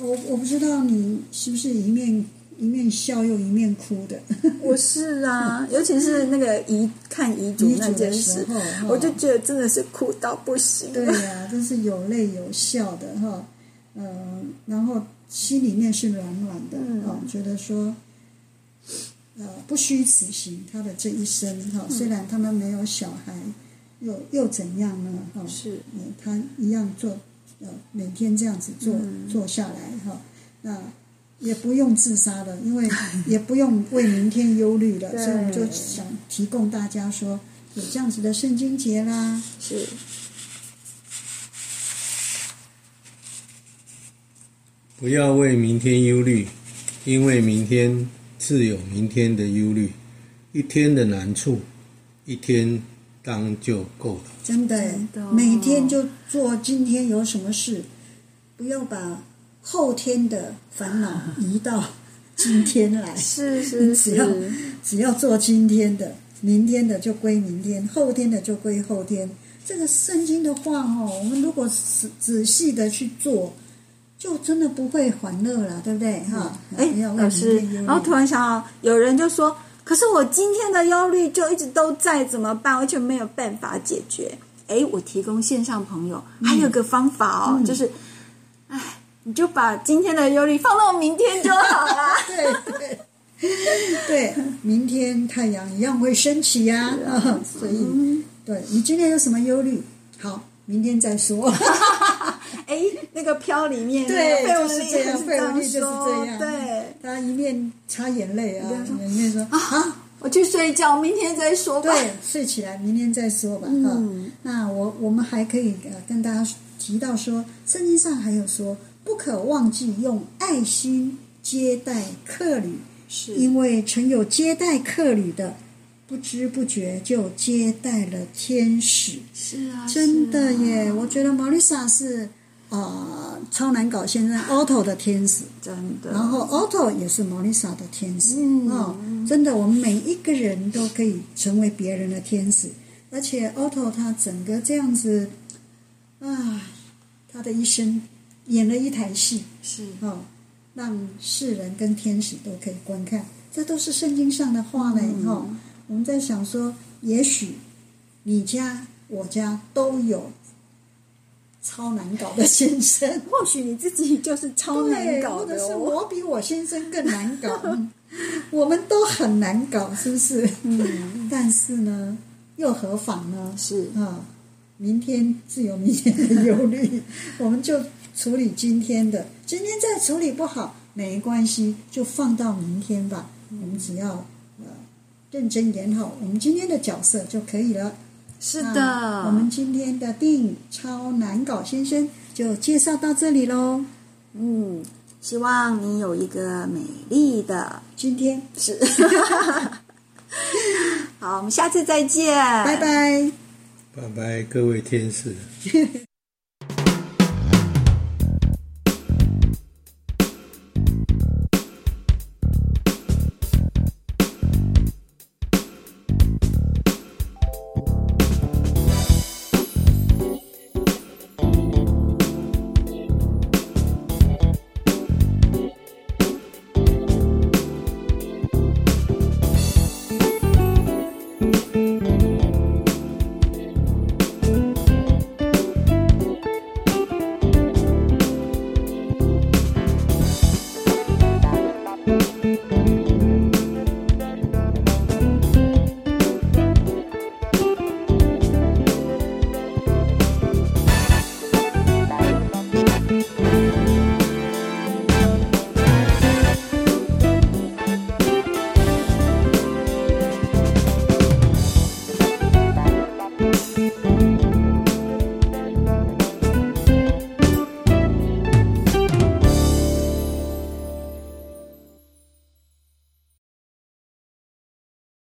Speaker 1: 我我不知道你是不是一面一面笑又一面哭的，
Speaker 2: 我是
Speaker 1: [LAUGHS]
Speaker 2: 啊，尤其是那个遗看遗嘱
Speaker 1: 嗯遗嘱
Speaker 2: 那件
Speaker 1: 的
Speaker 2: 事
Speaker 1: 时
Speaker 2: [LAUGHS]
Speaker 1: 候哈，
Speaker 2: 我就觉得真的是哭到不行。
Speaker 1: 哦对呀、真是有泪有笑的哈，嗯、然后心里面是软软的
Speaker 2: 嗯
Speaker 1: 啊、觉得说，呃，不虚此行，他的这一生哈、
Speaker 2: 嗯
Speaker 1: 虽然他们没有小孩，又又怎样呢？哈、
Speaker 2: 是
Speaker 1: 呃，他一样做，呃，每天这样子做、
Speaker 2: 嗯
Speaker 1: 做下来哈、那也不用自杀了，因
Speaker 2: [LAUGHS]
Speaker 1: 为也不用为明天忧虑了，所以我们就
Speaker 2: 对
Speaker 1: 想提供大家说有这样子的圣经节啦，
Speaker 2: [LAUGHS] 是，
Speaker 4: 不要为明天忧虑，因为明天自有明天的忧虑。一天的难处，一天当就够了。
Speaker 1: 真的耶
Speaker 2: 的哦
Speaker 1: 每天就做今天有什么事，不要把后天的烦恼移到今天来。
Speaker 2: 是是
Speaker 1: 只要
Speaker 2: 是，
Speaker 1: 只要做今天的，明天的就归明天，后天的就归后天。这个圣经的话哦，我们如果仔仔细的去做，就真的不会欢乐了，对不对？哈、啊
Speaker 2: 哎
Speaker 1: 不要，为
Speaker 2: 老师
Speaker 1: 明天忧，虑
Speaker 2: 然后突然想到，有人就说：“可是我今天的忧虑就一直都在，怎么办？完全没有办法解决。”哎，我提供线上朋友
Speaker 1: 嗯
Speaker 2: 还有个方法哦，就是，哎，你就把今天的忧虑放到明天就好啦。
Speaker 1: 对对对，明天太阳一样会升起呀、啊，所
Speaker 2: 嗯
Speaker 1: 以对你今天有什么忧虑？好，明天再说。
Speaker 2: [LAUGHS] 哎，那个飘里面，
Speaker 1: 对，
Speaker 2: 费雯
Speaker 1: 就是
Speaker 2: 丽
Speaker 1: 这样，啊费文丽就是这
Speaker 2: 说
Speaker 1: 样。
Speaker 2: 对，
Speaker 1: 他一面擦眼泪啊，
Speaker 2: 一
Speaker 1: 一面说
Speaker 2: [LAUGHS]
Speaker 1: 啊，
Speaker 2: 我去睡觉，明天再说吧。嗯
Speaker 1: 对，睡起来，明天再说吧。哈、那我我们还可以、呃、跟大家提到说，圣经上还有说，不可忘记用爱心接待客旅，
Speaker 2: 是
Speaker 1: 因为曾有接待客旅的，不知不觉就接待了天使。
Speaker 2: 是啊，
Speaker 1: 真的
Speaker 2: 是啊
Speaker 1: 耶，我觉得玛丽莎是呃超难搞先生 Otto 的天使，
Speaker 2: 真的。
Speaker 1: 然后 Otto 也是玛丽莎的天使。哦，真的，我们每一个人都可以成为别人的天使，而且 Otto 他整个这样子，啊，他的一生演了一台戏，
Speaker 2: 是
Speaker 1: 哦，让世人跟天使都可以观看，这都是圣经上的话呢。哦，我们在想说，也许你家、我家都有超难搞的先生，
Speaker 2: 或许你自己就是超哦难
Speaker 1: 对，
Speaker 2: 搞
Speaker 1: 或
Speaker 2: 的
Speaker 1: 者是
Speaker 2: 哦，
Speaker 1: 我比我先生更难搞，
Speaker 2: [LAUGHS]
Speaker 1: 我们都很难搞，是不是？嗯，但是呢，又何妨呢？
Speaker 2: 是
Speaker 1: 啊，明天自有明天的忧
Speaker 2: [LAUGHS]
Speaker 1: 虑，我们就处理今天的，今天再处理不好没关系，就放到明天吧。我们只要呃认真演好我们今天的角色就可以了。
Speaker 2: 是
Speaker 1: 那
Speaker 2: 的，
Speaker 1: 我们今天的电影《超难搞先生》就介绍到这里喽。
Speaker 2: 嗯，希望你有一个美丽的
Speaker 1: 今天，
Speaker 2: 是。好，我们下次再见，
Speaker 1: [LAUGHS] 拜拜。
Speaker 4: 拜拜，各位天使。